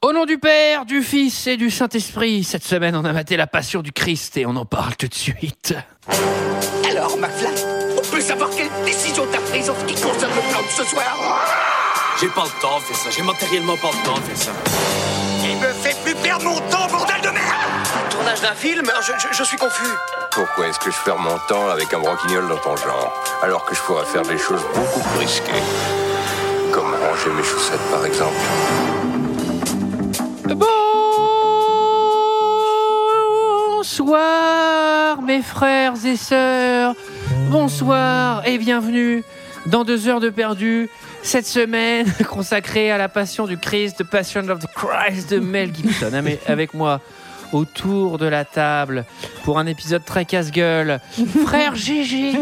Au nom du Père, du Fils et du Saint-Esprit, cette semaine on a maté la passion du Christ et on en parle tout de suite. Alors, McFly, on peut savoir quelle décision t'as prise en ce qui concerne le plan de ce soir J'ai pas le temps de faire ça, j'ai matériellement pas le temps de faire ça. Il me fait plus perdre mon temps, bordel de merde Tournage d'un film je, je- je suis confus. Pourquoi est-ce que je perds mon temps avec un broquignol dans ton genre Alors que je pourrais faire des choses beaucoup plus risquées. Comme ranger mes chaussettes par exemple. Bonsoir mes frères et sœurs, bonsoir et bienvenue dans deux heures de perdu. Cette semaine consacrée à la passion du Christ, The Passion of the Christ de Mel Gibson. Ah, mais Avec moi autour de la table pour un épisode très casse-gueule, frère Gégé,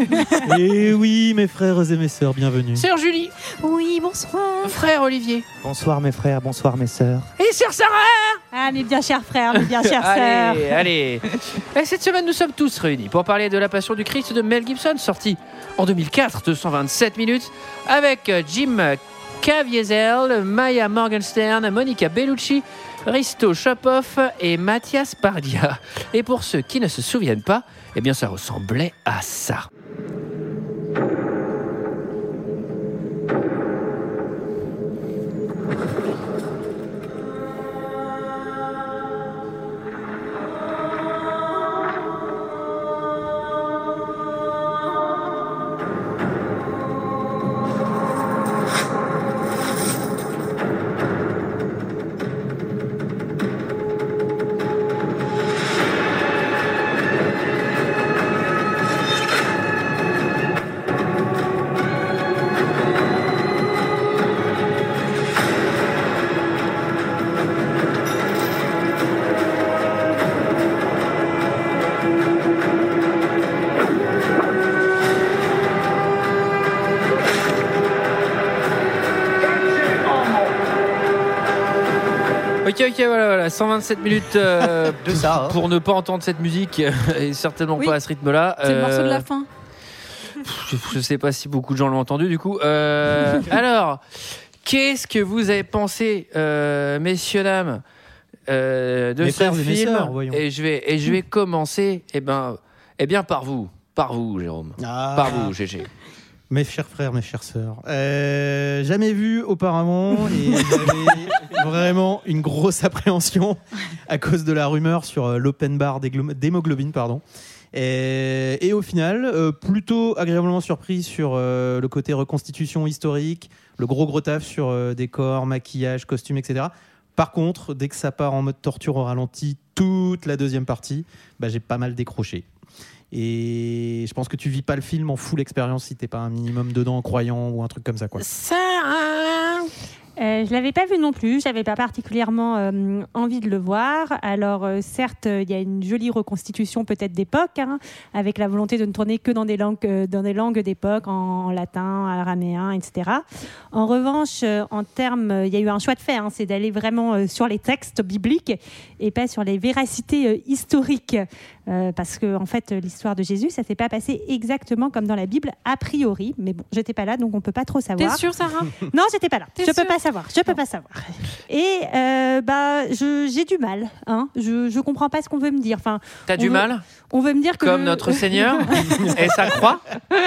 Et Eh oui, mes frères et mes sœurs, bienvenue. sœur Julie, Oui, bonsoir. frère Olivier Bonsoir, mes frères, bonsoir, mes sœurs. et sœur Sarah. Ah, mes bien chers frères, mes bien chères sœurs. Allez, allez. Et cette semaine, nous sommes tous réunis pour parler de La Passion du Christ de Mel Gibson, sorti en 2004, 227 minutes, avec euh, Jim Caviezel, Maya Morgenstern, Monica Bellucci, Risto Chopoff et Mathias Pardia. Et pour ceux qui ne se souviennent pas, eh bien, ça ressemblait à ça. Ok, ok, voilà, voilà, 127 minutes euh, De ça, hein. pour ne pas entendre cette musique, euh, et certainement Oui. pas à ce rythme-là. C'est le morceau de Euh, la fin. Je, je sais pas si beaucoup de gens l'ont entendu du coup. Euh, alors, qu'est-ce que vous avez pensé, euh, messieurs dames, euh, de Mes ce frères et mes film sœurs, voyons. Hmm. Et je vais et je vais commencer. Eh ben, eh bien par vous, par vous, Jérôme, Ah. par vous, GG. Mes chers frères, mes chères sœurs. Euh, jamais vu auparavant et j'avais vraiment une grosse appréhension à cause de la rumeur sur euh, l'open bar d'églo- d'hémoglobine, pardon. Et, et au final, euh, plutôt agréablement surpris sur euh, le côté reconstitution historique, le gros gros taf sur euh, décor, maquillage, costume, etc. Par contre, dès que ça part en mode torture au ralenti, toute la deuxième partie, bah, j'ai pas mal décroché. Et je pense que tu vis pas le film en full expérience si t'es pas un minimum dedans, croyant ou un truc comme ça. Quoi. Euh, je l'avais pas vu non plus, j'avais pas particulièrement euh, envie de le voir. Alors euh, certes, euh, il y a une jolie reconstitution peut-être d'époque, hein, avec la volonté de ne tourner que dans des langues, euh, dans des langues d'époque, en, en latin, araméen, etc. En revanche, euh, en termes, euh, il y a eu un choix de faire, hein, c'est d'aller vraiment euh, sur les textes bibliques et pas sur les véracités euh, historiques, Euh, parce que en fait, euh, l'histoire de Jésus, ça s'est pas passé exactement comme dans la Bible a priori. Mais bon, j'étais pas là, donc on peut pas trop savoir. T'es sûr, Sarah Non, j'étais pas là. T'es je peux sûre pas savoir. Je peux pas savoir. Ah. Et euh, bah, je- j'ai du mal. Hein. Je je comprends pas ce qu'on veut me dire. Enfin, T'as du veut- mal on veut me dire que comme le- notre Seigneur et ça croit.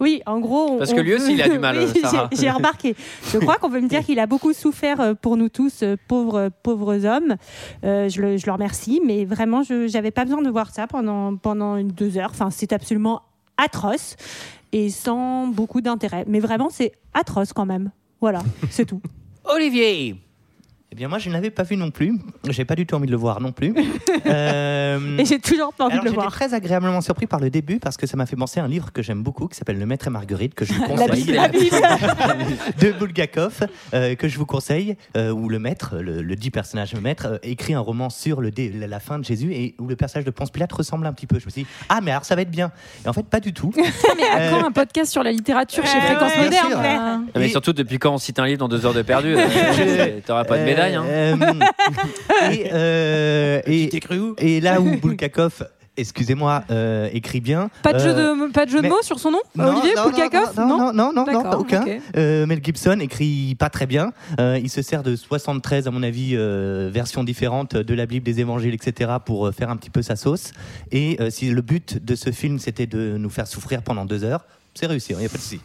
Oui, en gros. on- Parce que on lui aussi, veut- il a du mal, euh, Oui, j'ai- Sarah. J'ai remarqué. Je crois qu'on veut me dire qu'il a beaucoup souffert euh, pour nous tous, euh, pauvres euh, pauvres hommes. Euh, je, le, je le remercie, mais vraiment, je j'avais pas besoin de voir ça pendant pendant une deux heures. Enfin, c'est absolument atroce et sans beaucoup d'intérêt. Mais vraiment, c'est atroce quand même. Voilà, c'est tout. Olivier, Eh bien, moi, je ne l'avais pas vu non plus. J'ai pas du tout envie de le voir non plus. Euh, Et j'ai toujours pas envie alors, de le j'étais voir. très agréablement surpris par le début parce que ça m'a fait penser à un livre que j'aime beaucoup qui s'appelle Le Maître et Marguerite que je vous La conseille Bible, la Bible. de Bulgakov euh, que je vous conseille euh, où le maître, le, le dit personnage maître, euh, écrit un roman sur le dé- la fin de Jésus et où le personnage de Ponce Pilate ressemble un petit peu. Je me suis dit ah mais alors ça va être bien. Et en fait pas du tout. Ah, Mais à Euh, quand un podcast sur la littérature chez Ouais, Fréquence ouais, Euh, bien Moderne Euh, sûr. là Ah, mais Euh, Et- surtout depuis quand on cite un livre dans deux heures de perdu euh, Ah, T'auras pas de hein. médaille. Hein. Euh, euh, et, euh, et- cru où Et là où Bulgakov excusez-moi, euh, écrit bien. Pas de jeu Euh, de, pas de, jeu de mais- mots sur son nom non, Olivier non, Poulkakov non, non, non, non, non, D'accord, pas aucun. ok. Euh, Mel Gibson écrit pas très bien. Euh, il se sert de 73, à mon avis, euh, versions différentes de la Bible, des évangiles, etc., pour euh, faire un petit peu sa sauce. Et euh, si le but de ce film, c'était de nous faire souffrir pendant deux heures, c'est réussi, il n'y a pas de souci.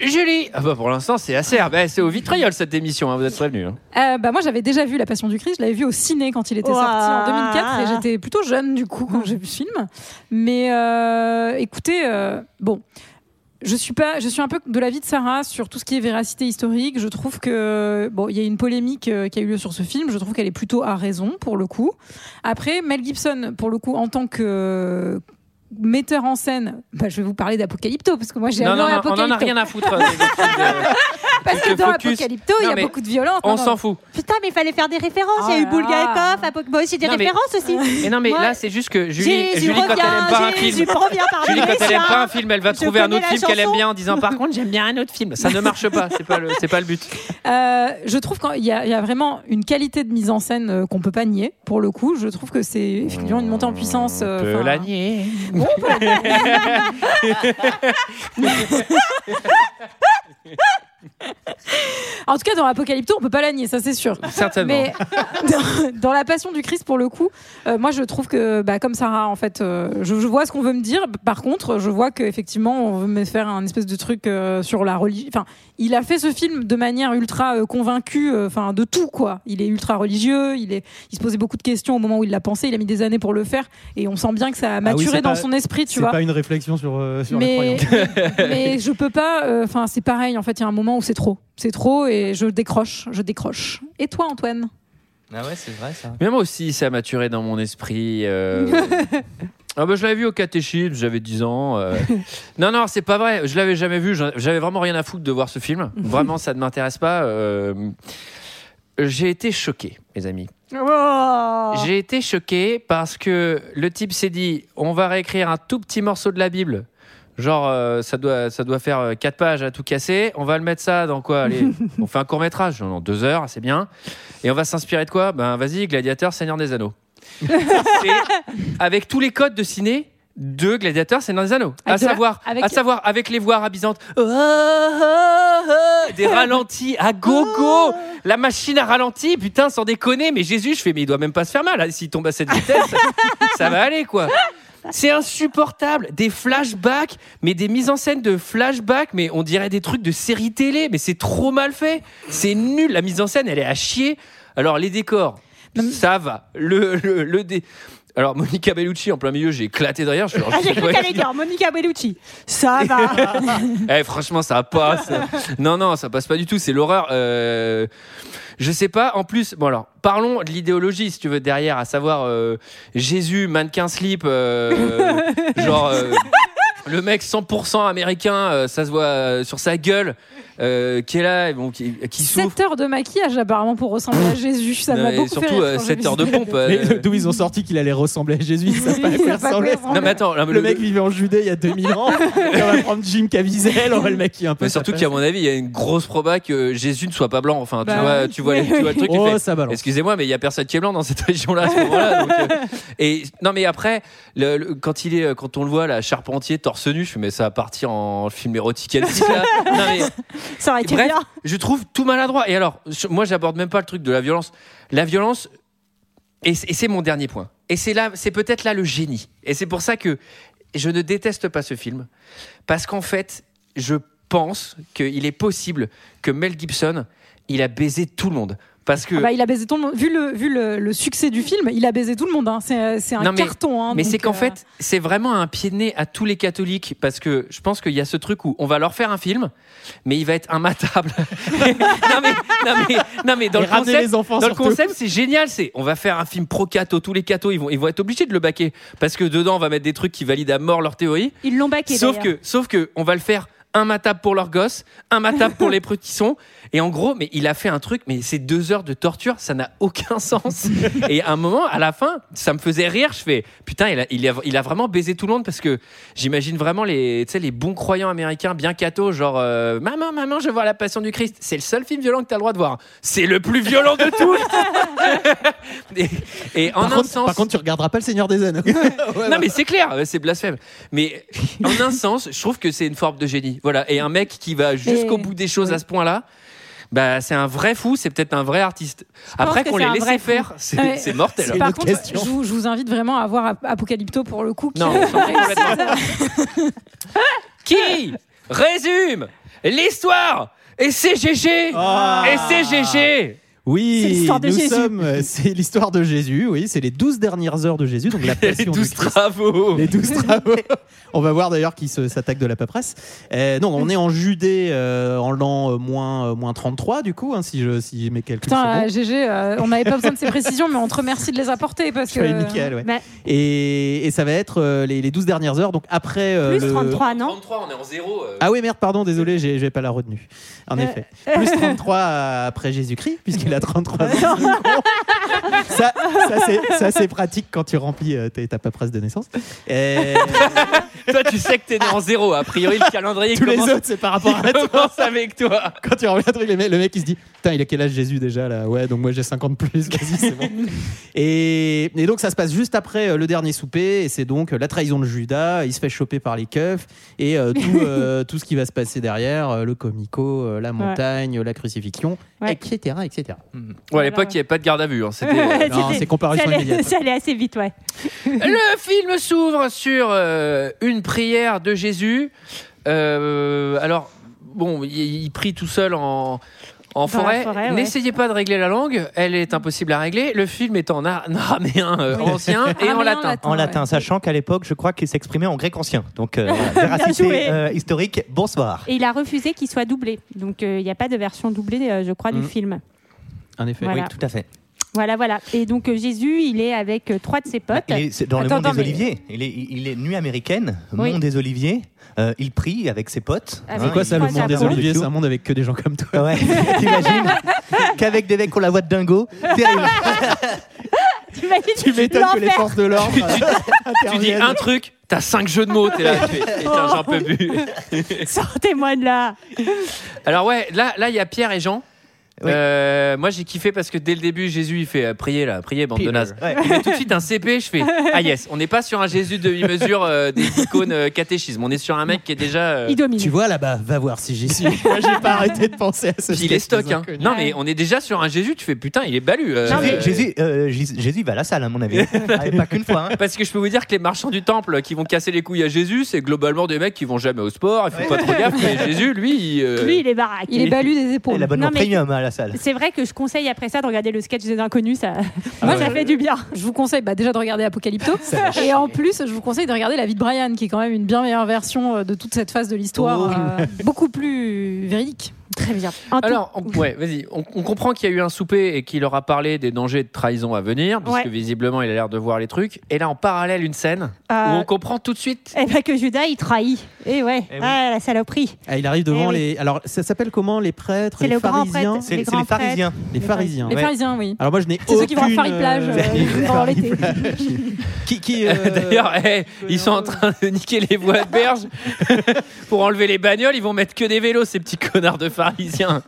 Julie ah bah Pour l'instant, c'est acerbe. Eh, c'est au vitriol cette émission, hein, vous êtes prévenus. hein. Euh, bah moi j'avais déjà vu La Passion du Christ, je l'avais vu au ciné quand il était Ouah. sorti en 2004 et j'étais plutôt jeune du coup quand j'ai vu ce film. Mais euh, écoutez, euh, bon, je suis pas, je suis un peu de l'avis de Sarah sur tout ce qui est véracité historique. Je trouve que bon, il y a une polémique euh, qui a eu lieu sur ce film. Je trouve qu'elle est plutôt à raison pour le coup. Après, Mel Gibson pour le coup en tant que metteur en scène, bah, je vais vous parler d'Apocalypto parce que moi j'ai Non, non, adoré non, on en a Apocalypto. rien à foutre. euh, des Ah, films de- Parce parce que que dans focus- Apocalypto il y Non, a mais beaucoup de violence. On Non, non, s'en fout. Putain, mais il fallait faire des références. Il y Oh a eu là Bulgakov, là. Apoc- moi aussi des Non, mais- références aussi. Mais non, mais Moi, là, c'est juste que Julie, Jésus Julie quand elle aime pas un revient, Jésus film, revient par Julie, quand elle aime pas un film, elle va Je trouver un connais autre la film qu'elle aime chanson. bien en disant par contre j'aime bien un autre film. Ça ne marche pas, c'est pas le, c'est pas le but. Euh, je trouve qu'il y, a- il y a vraiment une qualité de mise en scène euh, qu'on peut pas nier. Pour le coup, je trouve que c'est effectivement une montée en puissance. euh, Peut Ah. enfin, la nier. En tout cas, dans Apocalypto, on peut pas la nier, ça c'est sûr. Certainement. Mais dans, dans la passion du Christ, pour le coup, euh, moi je trouve que, bah, comme Sarah, en fait, euh, je, je vois ce qu'on veut me dire. Par contre, je vois qu'effectivement, on veut me faire un espèce de truc euh, sur la religion. Enfin, il a fait ce film de manière ultra euh, convaincue, euh, enfin, de tout, quoi. Il est ultra religieux, il, est, il se posait beaucoup de questions au moment où il l'a pensé, il a mis des années pour le faire, et on sent bien que ça a Ah oui, maturé c'est dans pas- son esprit, tu C'est vois. pas une réflexion sur, euh, sur les mais, croyances. mais- mais je peux pas. euh, Enfin, c'est pareil. En fait, il y a un moment où c'est trop. C'est trop et je décroche. Je décroche. Et toi, Antoine Ah ouais, c'est vrai ça. Mais moi aussi, ça a maturé dans mon esprit. euh. Ah bah, je l'avais vu au catéchisme, j'avais 10 ans. euh. Non, non, c'est pas vrai. Je l'avais jamais vu. j'en- J'avais vraiment rien à foutre de voir ce film. Vraiment, ça ne m'intéresse pas. euh. J'ai été choqué, mes amis. Oh. J'ai été choqué parce que le type s'est dit on va réécrire un tout petit morceau de la Bible. Genre, euh, ça, doit, ça doit faire 4 pages à tout casser. On va le mettre ça dans quoi Allez, on fait un court métrage, en 2 heures, c'est bien. Et on va s'inspirer de quoi Ben vas-y, Gladiateur, Seigneur des Anneaux. C'est avec tous les codes de ciné de Gladiateur, Seigneur des Anneaux. À Avec de la- savoir, avec- à savoir, avec les voix rabisantes, Oh, oh, oh, des ralentis à Oh. gogo, la machine à ralenti, putain, sans déconner, mais Jésus, je fais, mais il doit même pas se faire mal. hein, S'il tombe à cette vitesse, ça va aller, quoi. C'est insupportable. Des flashbacks, mais des mises en scène de flashbacks, mais on dirait des trucs de série télé, mais c'est trop mal fait. C'est nul. La mise en scène, elle est à chier. Alors, les décors, ça va. Le, le, le dé- Alors, Monica Bellucci, en plein milieu, j'ai éclaté derrière. Je suis genre, Ah, j'ai cru que Ouais. t'allais dire Monica Bellucci. Ça va. Eh, franchement, ça passe. non, non, ça passe pas du tout. C'est l'horreur. Euh, je sais pas. En plus, bon alors, parlons de l'idéologie, si tu veux, derrière, à savoir euh, Jésus, mannequin slip, euh, genre. euh, le mec 100% américain, euh, ça se voit euh, sur sa gueule, euh, qui est là, et bon, qui, qui souffre. 7 heures de maquillage apparemment pour ressembler à Jésus. Ça Non, m'a et beaucoup fait surtout rire euh, quand j'ai 7 vu heures de ça. pompe. euh, Mais D'où ils ont sorti qu'il allait ressembler à Jésus, ça Oui, va pas ça va pas ressembler. cohérent. non mais attends, là, Le mec vivait en Judée il y a 2000 ans. Et on va prendre Jim Caviezel, on va le maquiller un peu. mais ça surtout passe. qu'à mon avis, il y a une grosse proba que Jésus ne soit pas blanc. Enfin, Bah tu vois, tu vois, oui. tu vois le truc. tu fais, Oh, ça balance. Excusez-moi, mais il y a personne qui est blanc dans cette région-là. à ce moment-là, donc, euh, et non, mais après, le- le- quand il est, euh, quand on le voit, là, Charpentier torse nu, je fais mais ça va partir en film érotique. elfique, là. Non, mais, Ça aurait été bref, bien. je trouve tout maladroit. Et alors, je- moi, j'aborde même pas le truc de la violence. La violence, et c- et c'est mon dernier point. Et c'est là, c'est peut-être là le génie. Et c'est pour ça que je ne déteste pas ce film, parce qu'en fait, je pense qu'il est possible que Mel Gibson, il a baisé tout le monde, parce que. Ah bah, il a baisé tout le monde. Vu le, vu le, le succès du film, il a baisé tout le monde. hein. C'est euh, c'est un Non, mais- carton. hein, Mais donc, c'est qu'en euh, fait, c'est vraiment un pied de nez à tous les catholiques parce que je pense qu'il y a ce truc où on va leur faire un film, mais il va être immatable. non, mais, non, mais, non, mais dans Et le ramener concept, les enfants, dans le surtout. concept, c'est génial. C'est on va faire un film pro catho. Tous les cathos, ils vont, ils vont être obligés de le baquer parce que dedans, on va mettre des trucs qui valident à mort leur théorie. Ils l'ont baqué. Sauf d'ailleurs. que, sauf que, on va le faire immatable pour leurs gosses, immatable pour les petits-sons. Et en gros, mais il a fait un truc, mais ces deux heures de torture, ça n'a aucun sens. Et à un moment, à la fin, ça me faisait rire. Je fais, putain, il a, il a, il a vraiment baisé tout le monde parce que j'imagine vraiment les, tu sais, les bons croyants américains bien cathos, genre, euh, maman, maman, je vois la passion du Christ. C'est le seul film violent que t'as le droit de voir. C'est le plus violent de tous. Et, et en par, un contre, sens. par contre, tu regarderas pas le Seigneur des Anneaux. non, mais c'est clair, c'est blasphème. Mais en un sens, je trouve que c'est une forme de génie. Voilà. Et un mec qui va jusqu'au Et- bout des choses oui. à ce point-là. Bah, c'est un vrai fou, c'est peut-être un vrai artiste. Après que qu'on c'est les un vrai laissé fou. faire, c'est Ouais. c'est mortel. C'est une Par autre contre, je question. vous, je vous invite vraiment à voir Ap- Apocalypto pour le coup. qui- Non, on s'en fout complètement. Qui résume l'histoire et c'est GG Ah. Et c'est GG Oui, C'est l'histoire de nous Jésus. sommes- euh, C'est l'histoire de Jésus, oui. C'est les douze dernières heures de Jésus, donc la Les passion. 12 du Christ. travaux Les douze travaux. On va voir d'ailleurs qui se- s'attaque de la paperasse. Euh, non, on est en Judée euh, en l'an euh, moins, euh, moins 33, du coup, hein, si, je, si mes calculs sont Putain, bons. euh, GG, euh, on n'avait pas besoin de ces précisions, mais on te remercie de les apporter parce que. Ouais, nickel, ouais. bah, et, et ça va être euh, les, les 12 dernières heures, donc après. euh, plus le- 33, non 33, on est en zéro. euh. Ah oui, merde, pardon, désolé, j'ai j'ai pas la retenue. En Euh. effet. Plus 33 après Jésus-Christ, puisqu'il a 33 ans. ça, ça, c'est- ça, c'est pratique quand tu remplis euh, tes- ta paperasse de naissance. Et Toi, tu sais que t'es né en zéro. A priori, le calendrier tous les commence, autres, c'est par rapport à toi. commence avec toi. Quand tu remplis un truc, le mec, le mec, il se dit Putain, il a quel âge Jésus déjà là Ouais, donc moi j'ai 50 plus, quasi, c'est bon. et, et donc ça se passe juste après euh, le dernier souper, et c'est donc euh, la trahison de Judas, il se fait choper par les keufs, et euh, tout, euh, tout ce qui va se passer derrière, euh, le comico, euh, la montagne, la crucifixion, Ouais. etc. etc. Bon, à l'époque, il n'y avait pas de garde à vue. hein, c'était, euh, Ouais, Non, c'était- c'est comparaison ça allait- immédiate. Ça allait assez vite, ouais. Le film s'ouvre sur euh, une prière de Jésus. Euh, alors, bon, il, il prie tout seul en, en la forêt. forêt, ouais. N'essayez pas de régler la langue, elle est impossible à régler. Le film est en ar- en araméen euh, ancien et en Araméen, latin. En Ah ouais. latin, sachant qu'à l'époque, je crois qu'il s'exprimait en grec ancien. Donc, euh, joué. véracité euh, historique, bonsoir. Et il a refusé qu'il soit doublé. Donc, euh, il n'y a pas de version doublée, euh, je crois, Mm. Mhm. du film. En effet. Voilà. Oui, tout à fait. Voilà, voilà. Et donc, euh, Jésus, il est avec euh, trois de ses potes. Il est- c'est dans Attends, le monde attends, des mais- oliviers. Il est, il est nuit américaine, Oui. monde des oliviers. Euh, il prie avec ses potes. Hein, Avec Ah, C'est quoi il- ça, le Ouais, monde des j'avoue. oliviers C'est un monde avec que des gens comme toi. Ouais, t'imagines qu'avec des mecs qu'on la voix de dingo, terrible. Tu imagines Tu m'étonnes que les l'enfer. forces de l'ordre euh, Tu dis interviennent. un truc, t'as cinq jeux de mots, t'es là, tu es, et tiens, j'en peux plus. Sortez-moi de là. Alors ouais, là, là, il y a Pierre et Jean. Oui. Euh, moi, j'ai kiffé parce que dès le début, Jésus, il fait euh, prier là, prier bande de nazes. Ouais. Il met tout de suite un CP, je fais ah yes, on n'est pas sur un Jésus demi-mesure euh, des icônes euh, catéchisme, on est sur un mec qui est déjà euh, Il domine. Tu vois là-bas, va voir si j'y suis. Moi, j'ai pas arrêté de penser à ce puis il est sketch des stock hein. inconnus. Non mais on est déjà sur un Jésus, tu fais putain, il est balu. euh, Non, mais- euh, Jésus, euh, Jésus Jésus va à la salle, à mon avis. Ah, et pas qu'une fois. hein. Parce que je peux vous dire que les marchands du temple qui vont casser les couilles à Jésus, c'est globalement des mecs qui vont jamais au sport, ils font pas trop gaffe, mais Jésus, lui, il, euh, Lui, il est baraque. Il est balu des Et épaules. l'abonnement Non, mais- premium hein, à la salle. C'est vrai que je conseille après ça de regarder le sketch des inconnus. Ça, Ah ça ouais. fait du bien. Je vous conseille bah, déjà de regarder Apocalypto. Et en plus, je vous conseille de regarder La vie de Brian, qui est quand même une bien meilleure version euh, de toute cette phase de l'histoire, Oh. euh, beaucoup plus véridique. Très bien. En tout- Alors, on, ouais, vas-y. On, on comprend qu'il y a eu un souper et qu'il leur a parlé des dangers de trahison à venir, puisque Ouais. visiblement il a l'air de voir les trucs. Et là, en parallèle, une scène où euh, on comprend tout de suite. eh ben que Judas, il trahit. Et ouais. Eh oui. Ah, la saloperie. Ah, il arrive devant Eh oui. les. Alors, ça s'appelle comment les prêtres C'est Les le grand pharisiens prêtre. C'est les c'est grands les pharisiens. Les pharisiens. Les Ouais. pharisiens, oui. Alors, moi, je n'ai C'est ceux qui vont à aucune, Paris Plage euh, euh, pendant l'été. Qui. qui, euh, D'ailleurs, eh, ils sont en train de niquer les voies de berge pour enlever les bagnoles. Ils vont mettre que des vélos, ces petits connards de pharisiens.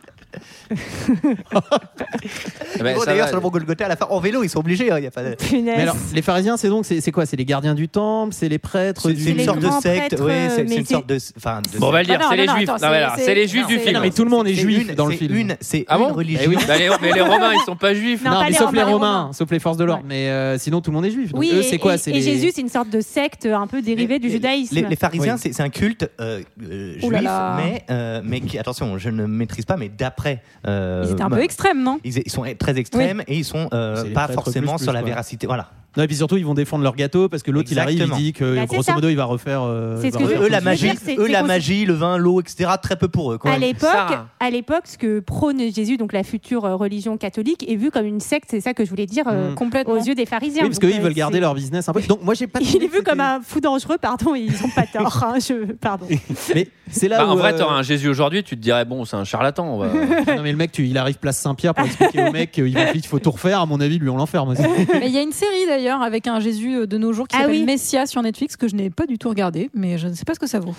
Eh ben, Bon, ça D'ailleurs, va. sur le bon Golgotha, à la fin, en vélo, ils sont obligés. hein, il y a pas de- Punaise. Mais alors, les pharisiens, c'est donc. C'est c'est quoi C'est les gardiens du temple C'est les prêtres C'est du- c'est une les sorte de grands secte. prêtres, Oui, euh, c'est c'est mais une c'est- sorte de. enfin, de- Bon, bah, on va le dire, Ah non, c'est les non, juifs. attends, Non, c'est- voilà, c'est- c'est les juifs non, du c'est- film. Non, mais tout le monde est c'est juif une- dans le c'est film. une- C'est Ah une bon Eh religion. oui, bah, les, mais les Romains, ils sont pas juifs. Non, Non, pas mais les sauf les Romains, les Romains, Romains. sauf les forces de l'ordre. Mais euh, sinon, tout le monde est juif. Donc, Oui, eux, et, c'est quoi et- C'est et les- Jésus, c'est une sorte de secte un peu dérivée du les- judaïsme. Les, les pharisiens, Oui. c'est- c'est un culte euh, euh, Ouh là juif, là. mais, euh, mais qui, attention, je ne maîtrise pas, mais d'après. euh, Ils étaient un ma- peu extrêmes, non ils, ils sont très extrêmes et ils sont euh, C'est les pas prêtres forcément plus, plus, sur la quoi. véracité. Voilà. Non, et puis surtout, ils vont défendre leur gâteau parce que l'autre, il arrive, il Exactement. dit que Bah, c'est grosso ça. modo, il va refaire. euh, C'est ce il va que je- refaire Eux, son la truc. magie, dire, c'est- eux, c'est la qu'on- magie, le vin, l'eau, etc. Très peu pour eux. Quand À même. l'époque, Sarah. à l'époque, ce que prône Jésus, donc la future euh, religion catholique, est vu comme une secte. C'est ça que je voulais dire euh, Complètement. aux yeux des pharisiens. Mm. Oui, parce Donc, qu'eux, ils euh, veulent garder c'est- leur business un peu. Donc, moi, j'ai pas. Il trouvé est vu que comme c'était- un fou dangereux, pardon, et ils ont pas tort. hein, je... Pardon. Mais c'est là Bah, en où, vrai, euh, t'auras un Jésus aujourd'hui, tu te dirais, bon, c'est un charlatan. On va... Non mais le mec, tu- il arrive place Saint-Pierre pour expliquer au mec qu'il va- il faut tout refaire. À mon avis, lui on l'enferme. aussi. Mais il y a une série d'ailleurs avec un Jésus euh, de nos jours qui Ah s'appelle oui. Messia sur Netflix que je n'ai pas du tout regardé, mais je ne sais pas ce que ça vaut.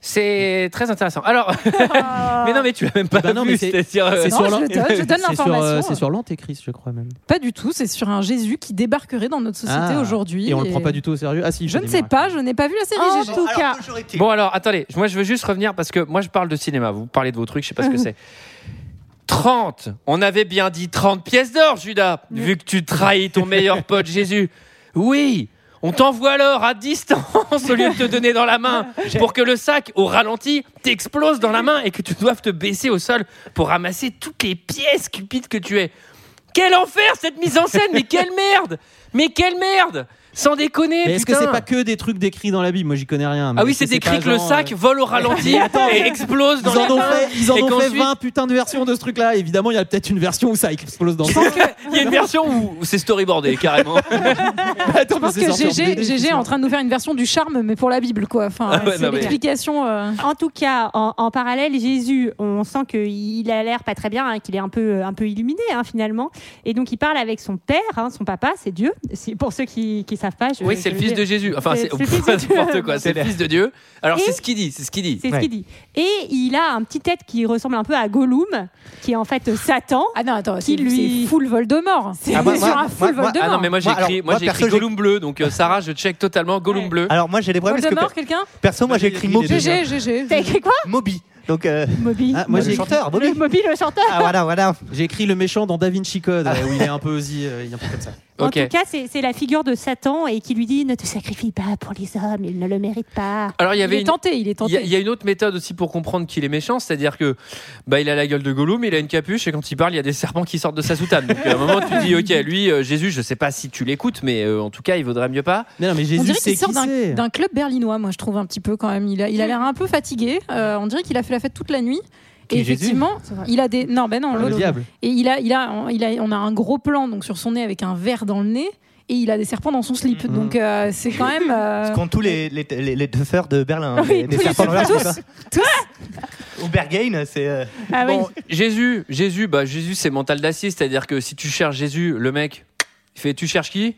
C'est très intéressant. Alors, mais non, mais tu l'as même pas Bah non, vu, mais c'est- c'est-à-dire, euh, C'est Non, sur je l'an- le donne- je donne c'est sur, euh, l'information. C'est sur l'Antéchrist, je crois même. Pas du tout, c'est sur un Jésus qui débarquerait dans notre société Ah, aujourd'hui. Et on le prend pas du tout au sérieux. Ah si. Je ne sais pas, je n'ai pas vu la série. En GG. tout cas, Bon alors, attendez, moi je veux juste revenir parce que moi je parle de cinéma, vous parlez de vos trucs, je sais pas ce que c'est. 30, on avait bien dit 30 pièces d'or, Judas, vu que tu trahis ton meilleur pote Jésus. Oui, on t'envoie alors à distance au lieu de te donner dans la main pour que le sac au ralenti t'explose dans la main et que tu doives te baisser au sol pour ramasser toutes les pièces cupides que tu es. Quel enfer cette mise en scène, mais quelle merde Mais quelle merde Sans déconner, Mais est-ce que putain. c'est pas que des trucs décrits dans la Bible Moi, j'y connais rien. mais Ah oui, est-ce c'est pas écrit que le genre, sac euh, vole au ralenti et explose dans Ils en les ont mains. fait, ils en Et ont fait qu'ensuite- 20 putains de versions de ce truc-là. Évidemment, il y a peut-être une version où ça explose dans le sac. Il y a une version où où c'est storyboardé carrément. Attends, Je pense mais c'est que sorti en GG, BD, GG est putain. en train de nous faire une version du charme, mais pour la Bible, quoi. Enfin, Ah ouais, c'est non, mais- l'explication. euh. en tout cas, en, en parallèle, Jésus, on sent qu'il a l'air pas très bien, hein, qu'il est un peu, un peu illuminé hein, finalement. Et donc, il parle avec son père, hein, son papa, c'est Dieu. C'est- Pour ceux qui ne savent pas, je, Oui, c'est je le vais fils dire. de Jésus. Enfin, C'est- c'est c'est le fils de Dieu. n'importe quoi. C'est le fils de Dieu. Alors Et- c'est ce qu'il dit. C'est ce qu'il dit. C'est ce qu'il dit. Et il a un petit tête qui ressemble un peu à Gollum, qui est en fait Satan. Ah non, attends, Qui c'est lui- lui... full Voldemort. C'est Ah, moi, sur moi, un full moi, moi- Voldemort. Ah non, mais moi j'ai Moi, écrit, alors, moi, moi, j'ai perso, écrit j'ai- Gollum bleu. Donc euh, Sarah, je check totalement Gollum Ouais. Ah. bleu. Alors moi j'ai des problèmes parce que Voldemort, quelqu'un perso moi j'ai écrit Moby. GG, GG. T'as écrit quoi Moby. Donc euh, Moby. Ah, moi, le j'ai écrit- chanteur le Moby. Moby, le chanteur. Ah voilà voilà. Euh, J'ai écrit le méchant dans Da Vinci Code, euh, où il est un peu aussi, euh, il est un peu comme ça. Ok. En tout cas, c'est c'est la figure de Satan et qui lui dit ne te sacrifie pas pour les hommes, ils ne le méritent pas. Alors il y Il avait est une- tenté, il il y, est a, tenté. il y a une autre méthode aussi pour comprendre qu'il est méchant, c'est-à-dire que bah il a la gueule de Gollum, il a une capuche et quand il parle, il y a des serpents qui sortent de sa soutane. Donc à un moment tu te dis OK, lui euh, Jésus, je sais pas si tu l'écoutes mais euh, en tout cas, il vaudrait mieux pas. Mais non, mais On Jésus, dirait c'est qu'il qui sort d'un c'est d'un club berlinois, moi je trouve un petit peu quand même. Il a il a l'air un peu fatigué. Euh, on dirait qu'il a fait la fête toute la nuit. Qui, Et Jésus effectivement, il a des non ben non Ah, Le l'autre. diable. Et il a il a il a on a un gros plan donc sur son nez avec un verre dans le nez et il a des serpents dans son slip. Mm-hmm. Donc euh, c'est quand même euh, Ce qu'ont tous les les, les, les tuffeurs de Berlin. Oui, les, les tous les serpents dans leur tuffeurs, slip, hein. Au Berghain, c'est euh, Ah Bon, Jésus, Jésus, bah Jésus, c'est mental d'acier, c'est-à-dire que si tu cherches Jésus, le mec, il fait, tu cherches qui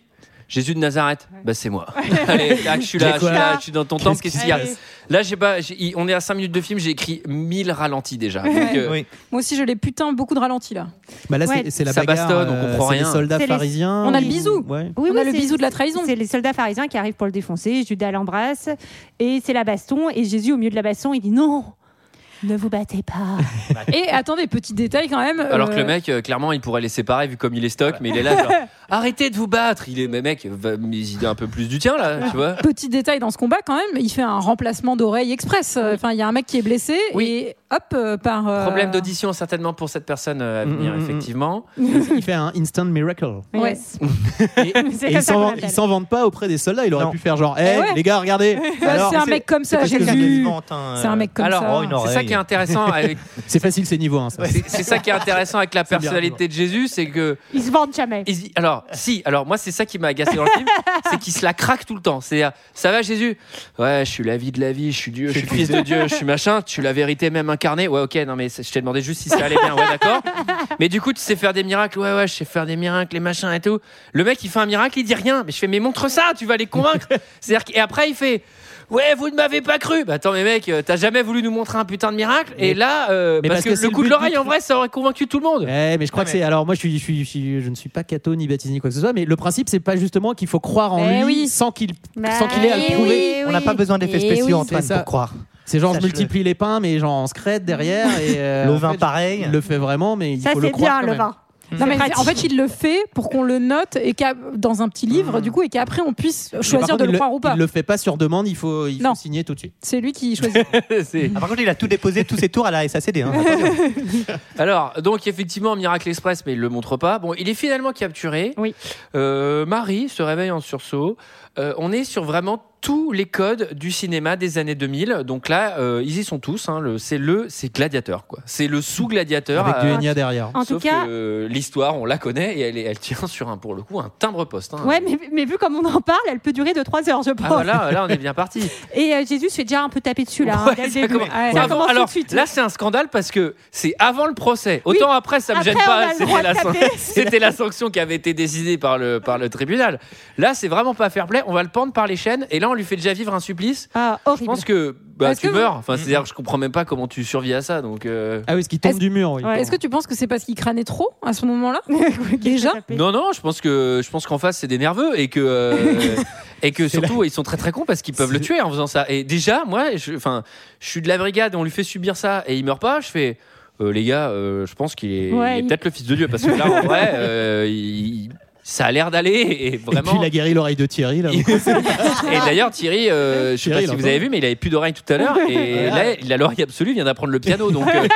Jésus de Nazareth, bah c'est moi. Allez, tac, je suis là, je suis là, je suis dans ton temple. Qu'est-ce qu'il y a Allez. Là, j'ai pas, j'ai- il- on est à 5 minutes de film, j'ai écrit 1000 ralentis déjà. Donc, euh, oui. moi aussi je l'ai putain beaucoup de ralentis là. Bah là, Ouais. c'est- c'est la Ça bagarre. bastonne, on euh, comprend c'est rien. Les soldats C'est les- pharisiens. On a le bisou. Ouais. Oui, On oui, a le c'est- bisou de la trahison. C'est les soldats pharisiens qui arrivent pour le défoncer, Judas l'embrasse et c'est la baston. Et Jésus, au milieu de la baston, il dit non, ne vous battez pas. Et attendez, petit détail quand même. alors euh, que le mec, euh, clairement, il pourrait les séparer vu comme il est stock, mais il est là, genre, arrêtez de vous battre. Il est, mais mec, va, mais il est un peu plus du tien là, tu vois. Petit détail dans ce combat quand même, il fait un remplacement d'oreille express. Enfin, il y a un mec qui est blessé Oui. et hop euh, par euh, Problème d'audition certainement pour cette personne euh, à Mm, venir, mm, mm. effectivement. Il fait un instant miracle. Ouais. Yes. Et- C'est Et comme il ça qu'on s'en l'appelle. il s'en vante pas auprès des soldats. Il aurait Non. pu faire genre, hé, Eh ouais. les gars, regardez. Bah, Alors, c'est un mec comme ça, parce j'ai que Quelqu'un Jésus. qui vu. invente un, C'est un mec comme Alors, ça. oh, une C'est ça oreille. qui est intéressant avec C'est facile, c'est niveau 1. C'est c'est ça qui est intéressant avec la C'est bien, personnalité de Jésus, c'est que Ils se vendent jamais. il se- alors si, alors moi c'est ça qui m'a agacé dans le film, c'est qu'il se la craque tout le temps. C'est euh, ça va Jésus Ouais, je suis la vie de la vie, je suis Dieu, je suis le fils de Dieu, je suis machin, tu suis la vérité même incarnée. Ouais, OK, non mais c'est- je t'ai demandé juste si ça allait bien, ouais d'accord. Mais du coup, tu sais faire des miracles. Ouais ouais, je sais faire des miracles, les machins et tout. Le mec, il fait un miracle, il dit rien, mais je fais mais montre ça, tu vas les convaincre. C'est-à-dire que- et après il fait Ouais, vous ne m'avez pas cru. Bah attends, mais mec, euh, t'as jamais voulu nous montrer un putain de miracle. Et Mais- là, euh, mais parce, parce que, que c'est le le coup de but du l'oreille, en vrai, ça aurait convaincu tout le monde. Ouais, Eh, mais je crois Ah, que mais- c'est. Alors moi, je, suis, je, suis, je, suis- je ne suis pas catho ni baptisé ni quoi que ce soit, mais le principe, c'est pas justement qu'il faut croire en Eh lui oui. Bah sans qu'il sans qu'il ait à Eh le prouver. oui, On n'a oui. pas besoin d'effets Eh spéciaux oui. Antoine C'est ça. pour croire. C'est genre, je Sache-le. multiplie les pains, mais genre en scred derrière. Et, euh, le en vin fait, pareil. Il le fait vraiment, mais il Ça, faut c'est le croire. bien quand le même. vin. Non, mais pratique. en fait, il le fait pour qu'on le note et qu'à- dans un petit livre, du coup, et qu'après on puisse Mm-hmm. Mais par choisir contre, de il le croire ou pas. Il le fait pas sur demande, il faut, il faut Non. signer tout de suite. C'est lui qui choisit. C'est- Ah, par contre, il a tout déposé, tous ses tours à la SACD. Hein. Alors, donc effectivement, Miracle Express, mais il le montre pas. Bon, il est finalement capturé. Oui. Euh, Marie se réveille en sursaut. Euh, on est sur vraiment tous les codes du cinéma des années 2000. Donc là, euh, ils y sont tous. hein. Le- c'est le, c'est Gladiator, quoi. C'est le sous Gladiator. Avec du euh, Enya derrière. En tout Sauf cas, que euh, l'histoire, on la connaît et elle, est- elle tient sur un, pour le coup, un timbre-poste. hein. ouais, mais, mais vu comme on en parle, elle peut durer de 3 heures, je pense. Ah voilà, là on est bien parti. Et euh, Jésus se fait déjà un peu taper dessus là. hein, Ouais, dès le ça début. commence- Ouais, C'est ça avant- commence tout alors de suite. là c'est un scandale parce que c'est avant le procès. Autant après ça me Après, gêne on a pas, le droit c'était la, de san- taper. c'était la sanction qui avait été décidée par le, par le tribunal. Là c'est vraiment pas fair play, on va le pendre par les chaînes et là on lui fait déjà vivre un supplice. Ah, Je horrible. pense que bah, Est-ce tu que vous- meurs, enfin, c'est-à-dire que je comprends même pas comment tu survis à ça. Donc, euh, Ah oui, ce qui tombe Est-ce- du mur. oui. Ouais. Est-ce que tu penses que c'est parce qu'il crânait trop à ce moment-là Déjà Déjà Non, non, je pense que je pense qu'en face c'est des nerveux et que euh, et que surtout ils sont très très cons parce qu'ils peuvent le C'est- tuer en faisant ça. Et déjà, moi, je, enfin, je suis de la brigade et on lui fait subir ça et il meurt pas. Je fais. euh, les gars, euh, je pense qu'il est, Ouais, il est il- peut-être le fils de Dieu parce que là, en vrai, euh, il- ça a l'air d'aller et Et puis vraiment. il a guéri l'oreille de Thierry. Là. Et d'ailleurs, Thierry, euh, je sais Thierry, pas si il vous avez entend. vu, mais il avait plus d'oreille tout à l'heure et là, il a l'oreille absolue, il vient d'apprendre le piano, donc euh,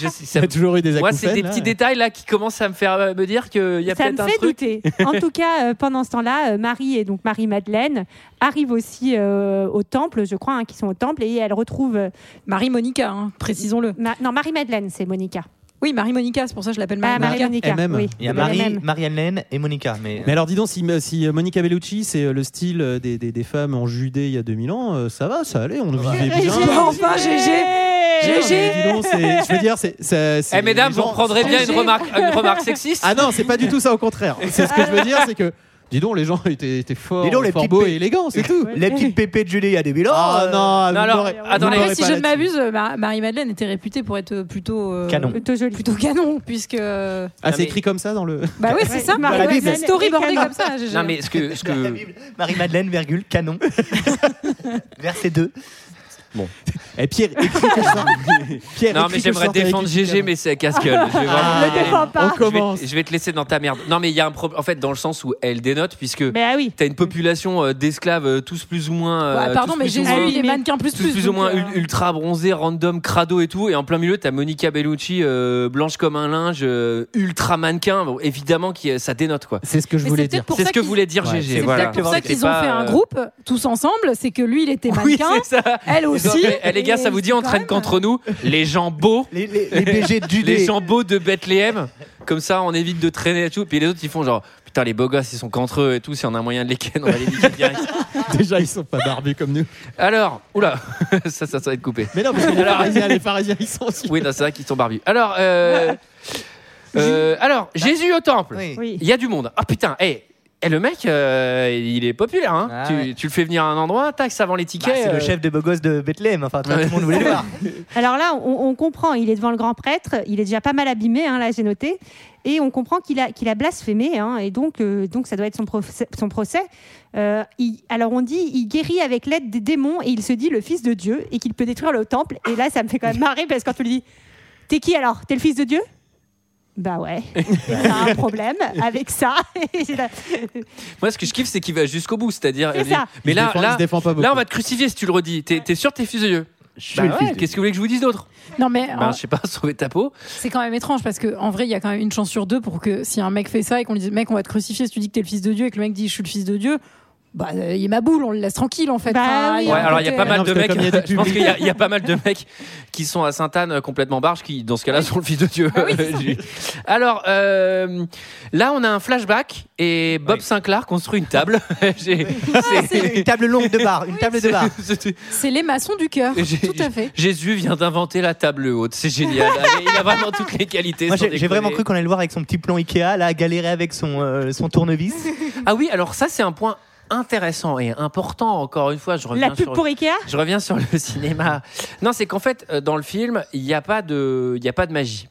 je- ça- Il a toujours eu des moi, acouphènes. c'est des là. petits détails là qui commencent à me faire euh, me dire qu'il y a ça me peut-être un fait truc. douter. En tout cas, euh, pendant ce temps-là, euh, Marie et donc Marie-Madeleine arrivent aussi euh, au temple, je crois, hein, qui sont au temple, et elle retrouve. euh, Marie-Monica, hein, précisons-le. Ma- Non, Marie-Madeleine, c'est Monica. Oui, Marie-Monica, c'est pour ça que je l'appelle Ah, Marie-Monica. Marie-Monica. MM. Oui, Il y a de Marie, MM. Marie-Hélène et Monica. Mais, Mais alors, dis donc, si, si Monica Bellucci, c'est euh, le style euh, des, des, des femmes en Judée il y a 2000 ans, euh, ça va, ça allait, on vivait Gégé, bien. Bah, enfin, Gégé. Non, mais Gégé. dis donc, c'est- je veux dire, c'est. ça- Eh c'est- mesdames, les gens- vous prendrez bien une Angers. remarque, une remarque sexiste Ah non, c'est pas du tout ça, au contraire. C'est ce que je veux dire, c'est que. Dis donc, les gens étaient, étaient forts, Dis donc, les forts petites beaux pé- et élégants, c'est tout. Les petites pépées de Julie, il y a des bilans. Ah euh, non, non, vous alors, m'aurez- vous attendez. m'aurez Après, si pas je ne là-dessus. m'abuse, Ma- Marie-Madeleine était réputée pour être plutôt euh, Canon. Plutôt jolie. Plutôt canon, puisque euh, Ah, c'est mais- écrit comme ça dans le. bah oui, c'est Ouais, ça. Marie-Madeleine Bible. et Storyboardé Cana. comme ça. j'ai- Non mais ce que, ce la que Bible. Marie-Madeleine, virgule, canon. Verset 2. Eh, Pierre, écrit comme ça. Pierre, non écrit mais comme j'aimerais ça, t'as défendre écrit GG comme mais c'est casse-gueule. Je vais vraiment- Ne défends ça. Ah, On pas. Je vais, commence. te- je vais te laisser dans ta merde. Non mais il y a un problème en fait dans le sens où elle dénote puisque Mais ah oui. t'as une population euh, d'esclaves euh, tous plus ou moins euh, Ouais, pardon, tous mais plus ou Jésus, moins- il est mannequin plus tous plus. euh, plus ou donc, moins euh, ul- ultra bronzés, random, crado et tout. Et en plein milieu, t'as Monica Bellucci, euh, blanche comme un linge, euh, ultra mannequin. Bon, évidemment, qui, ça dénote quoi. C'est ce que je Mais voulais c'est dire. peut-être pour C'est ça ce que qu'ils- voulait dire Ouais, GG. c'est voilà. C'est pour ça C'était qu'ils ont pas, fait un euh, groupe tous ensemble, c'est que lui il était Oui, mannequin, c'est ça. elle aussi. Eh, les gars, ça vous dit, on quand traîne même- qu'entre nous les gens beaux, Les, les, les BG de Judée. les gens beaux de Bethléem. Comme ça, on évite de traîner et tout. Puis les autres, ils font genre putain, les beaux gosses, ils sont qu'entre eux et tout. Si on a moyen de les ken, on va les niquer direct. Déjà, ils sont pas barbus comme nous. Alors, oula, ça, ça, ça va être coupé. Mais non, parce que les Alors- pharisiens, les pharisiens, ils sont aussi. Oui, non, c'est vrai qu'ils sont barbus. Alors, euh, euh, alors Jésus au temple. Bah. Oui. Oui. Il y a du monde. Ah putain, hé. Eh, le mec, euh, il est populaire. Hein. Ah, tu, ouais. tu le fais venir à un endroit, tac, ça vend les Bah, tickets. c'est euh, le chef des beaux gosses de Bethléem. Enfin, tout le monde voulait le voir. Alors là, on, on comprend, il est devant le grand prêtre, il est déjà pas mal abîmé, hein, là j'ai noté, et on comprend qu'il a, qu'il a blasphémé, hein, et donc, euh, donc ça doit être son procès. Son procès. Euh, il- alors on dit, il guérit avec l'aide des démons, et il se dit le fils de Dieu, et qu'il peut détruire le temple, et là ça me fait quand même marrer, parce que quand tu lui dis, t'es qui alors T'es le fils de Dieu bah ouais, t'as un problème avec ça. Et c'est là- Moi, ce que je kiffe, c'est qu'il va jusqu'au bout. C'est-à-dire. C'est il dit, ça. Mais Il se là, défend- il là, se défend pas beaucoup. là, on va te crucifier si tu le redis. T'es t'es sûr que t'es fils de Dieu Je Bah ouais, Qu'est-ce que vous voulez que je vous dise d'autre euh, Non mais Ah. Ben, en- je sais pas, sauver ta peau. c'est quand même étrange parce que en vrai il y a quand même une chance sur deux pour que si un mec fait ça et qu'on lui dit mec on va te crucifier si tu dis que t'es le fils de Dieu et que le mec dit je suis le fils de Dieu, bah euh, il est ma boule, on le laisse tranquille en fait. Bah Enfin, oui. un Ouais, alors il y a côté- pas mal Non, de parce mecs. que euh, comme il y a du Je pense public. qu'il y, a- il y a pas mal de mecs qui sont à Sainte-Anne euh, complètement barges, qui dans ce cas-là sont le fils de Dieu. Ah Alors euh, là, on a un flashback et Bob Sinclair construit une table. J'ai- c'est- Une table longue de bar. Une table de Ah, bar. c'est- C'est les maçons du cœur, J'ai- tout à fait. Jésus vient d'inventer la table haute, c'est génial. Allez, Il a vraiment toutes les qualités. Moi, sans j'ai j'ai déconner. vraiment cru qu'on allait le voir avec son petit plan Ikea, là, galérer avec son, euh, son tournevis. Ah oui, alors ça c'est un point intéressant et important. Encore une fois, je reviens La pub sur pour Ikea Je reviens sur le cinéma. Non, c'est qu'en fait, euh, dans le film, il n'y a, pas de- il y a pas de magie.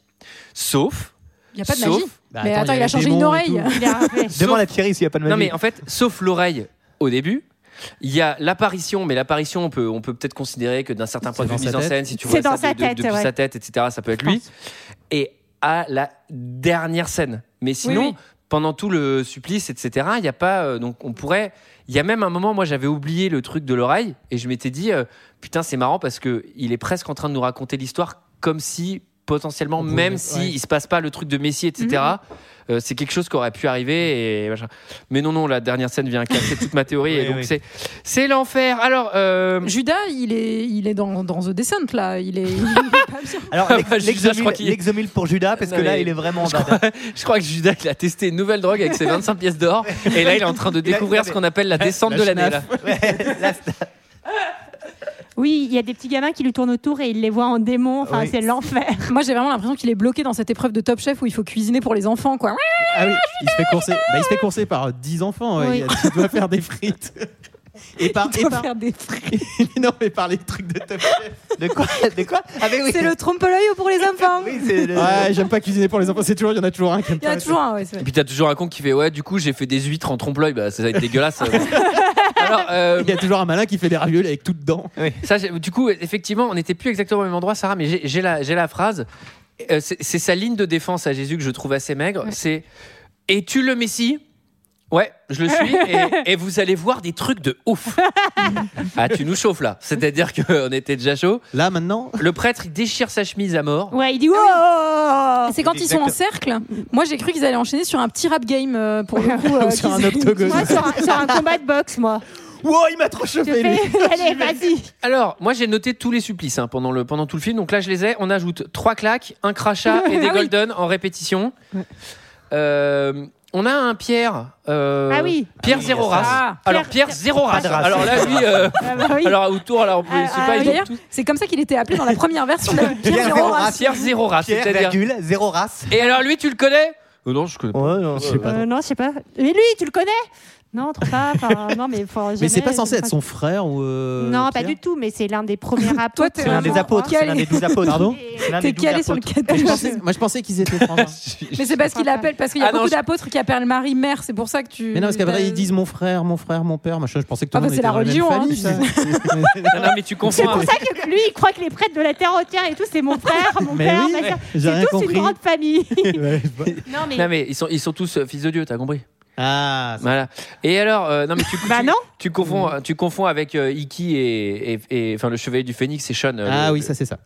Sauf. Il y a pas de sauf- magie. mais attends, il a changé une démons et oreille. Il a rappelé. Demande à Thierry s'il n'y a pas de magie. Non, mais en fait, sauf l'oreille au début. Il y a l'apparition, mais l'apparition, on peut on peut peut-être considérer que d'un certain C'est point de dans vue mise sa en tête. scène, si tu vois C'est ça dans sa de- de- tête, depuis ouais. sa tête, etc., ça peut être lui. Et à la dernière scène. Mais sinon, oui. pendant tout le supplice, etc., il n'y a pas. euh, donc, on pourrait. Il y a même un moment, moi, j'avais oublié le truc de l'oreille et je m'étais dit, euh, putain, c'est marrant parce que il est presque en train de nous raconter l'histoire comme si potentiellement, Vous- même ouais. s'il il se passe pas le truc de Messi, etc. Mm-hmm. euh, c'est quelque chose qui aurait pu arriver. Et machin. Mais non, non, la dernière scène vient casser toute ma théorie. et Oui, donc, oui. c'est, c'est l'enfer. Alors, euh, Judas, il est, il est dans, dans The Descent, là. Il est, il est pas bien. Alors, Ah l'ex- bah, Judas, je l'exomile crois qu'il- l'exomile pour Judas, parce Non, que là, mais- il est vraiment en je, bas. crois, je crois que Judas, il a testé une nouvelle drogue avec ses 25 pièces d'or. Et là, il est en train de Il a- découvrir non, ce mais- qu'on appelle la descente la de l'année. là. Ouais, là, c'est- Oui, il y a des petits gamins qui lui tournent autour et il les voit en démon. Enfin, Oui. c'est l'enfer. Moi, j'ai vraiment l'impression qu'il est bloqué dans cette épreuve de Top Chef où il faut cuisiner pour les enfants, quoi. Ah oui, il se fait courser, bah, il se fait courser par euh, 10 enfants. ouais, Oui. Il, y a- il doit faire des frites. Et par, et Il doit par- faire des frites. non, mais par les trucs de top. de quoi, de quoi Ah, mais oui. C'est le trompe-l'œil pour les enfants. Oui, c'est le- Ouais, j'aime pas cuisiner pour les enfants. C'est toujours, il y en a toujours un qui aime Il y en pas. a toujours un, ouais, c'est Et vrai. puis, t'as toujours un con qui fait Ouais, du coup, j'ai fait des huîtres en trompe-l'œil. Bah, ça va être dégueulasse. Alors, euh, Il y a toujours un malin qui fait des raviolis avec tout dedans. Ça, j'ai- du coup, effectivement, on n'était plus exactement au même endroit, Sarah, mais j'ai- j'ai la, j'ai la phrase. Euh, c'est c'est sa ligne de défense à Jésus que je trouve assez maigre. Ouais. C'est Es-tu le Messie Ouais, je le suis. et, et vous allez voir des trucs de ouf. ah, tu nous chauffes là. C'est-à-dire qu'on était déjà chaud. Là, maintenant, Le prêtre, il déchire sa chemise à mort. Ouais, il dit wow C'est quand ils sont en cercle. Moi, j'ai cru qu'ils allaient enchaîner sur un petit rap game euh, pour le coup. euh, sur qu'ils- un octogone. Moi, sur un, sur un combat de boxe, moi. Wow, il m'a trop Je chopé, lui. fais. Allez, vas-y. Alors, moi, j'ai noté tous les supplices hein, pendant, le, pendant tout le film. Donc là, je les ai. On ajoute trois claques, un crachat et des Ah oui. golden en répétition. Euh, on a un Pierre. euh, Ah oui. Pierre Ah oui, Zéro il y a Race. ça. Ah. Alors Pierre Zéro Race. de race. Alors là, lui, euh, Ah bah oui. alors autour, alors Ah, je sais ah, pas, ils ont D'ailleurs, tous- c'est comme ça qu'il était appelé dans la première version de la Pierre Pierre Zéro Zéro Race. Pierre Zéro Race. Pierre, C'est-à-dire. virgule, zéro race. Et alors lui, tu le connais Oh Non, je connais. Ouais, non, c'est pas- Euh, non, je sais pas. Mais lui, tu le connais Non, trop pas. Enfin, non, mais faut Mais jamais- c'est pas censé être son frère ou. euh, Non, pas Pierre du tout. Mais c'est l'un des premiers rapports. t'es C'est l'un des Vraiment, apôtres, calé. c'est l'un des douze apôtres. Pardon C'est l'un T'es des douze calé sur le apôtres. Moi, je catalogue. pensais- Moi, je pensais qu'ils étaient frangins. Mais c'est parce qu'il appelle, parce qu'il y a Ah non, beaucoup je- d'apôtres qui appellent Marie mère, c'est pour ça que tu. Mais non, parce qu'après, ils disent mon frère, mon frère, mon père, machin. Je pensais que tout Ah le bah, monde c'est était dans la religion, même hein, famille. Non, non, mais tu C'est confonds. hein. pour ça que lui, il croit que les prêtres de la terre entière et tout, c'est mon frère, mon Mais père, oui, ma sœur. j'ai C'est rien tous compris. une grande famille. Ouais, bah. non, mais. Non mais ils sont ils sont tous euh, fils de Dieu, t'as compris Ah, ça- Voilà. Et alors euh, non mais tu Bah tu- non. tu confonds euh, tu confonds avec euh, Iki et et- et- enfin le chevalier du Phénix et Sean. euh, ah le- oui, ça c'est ça.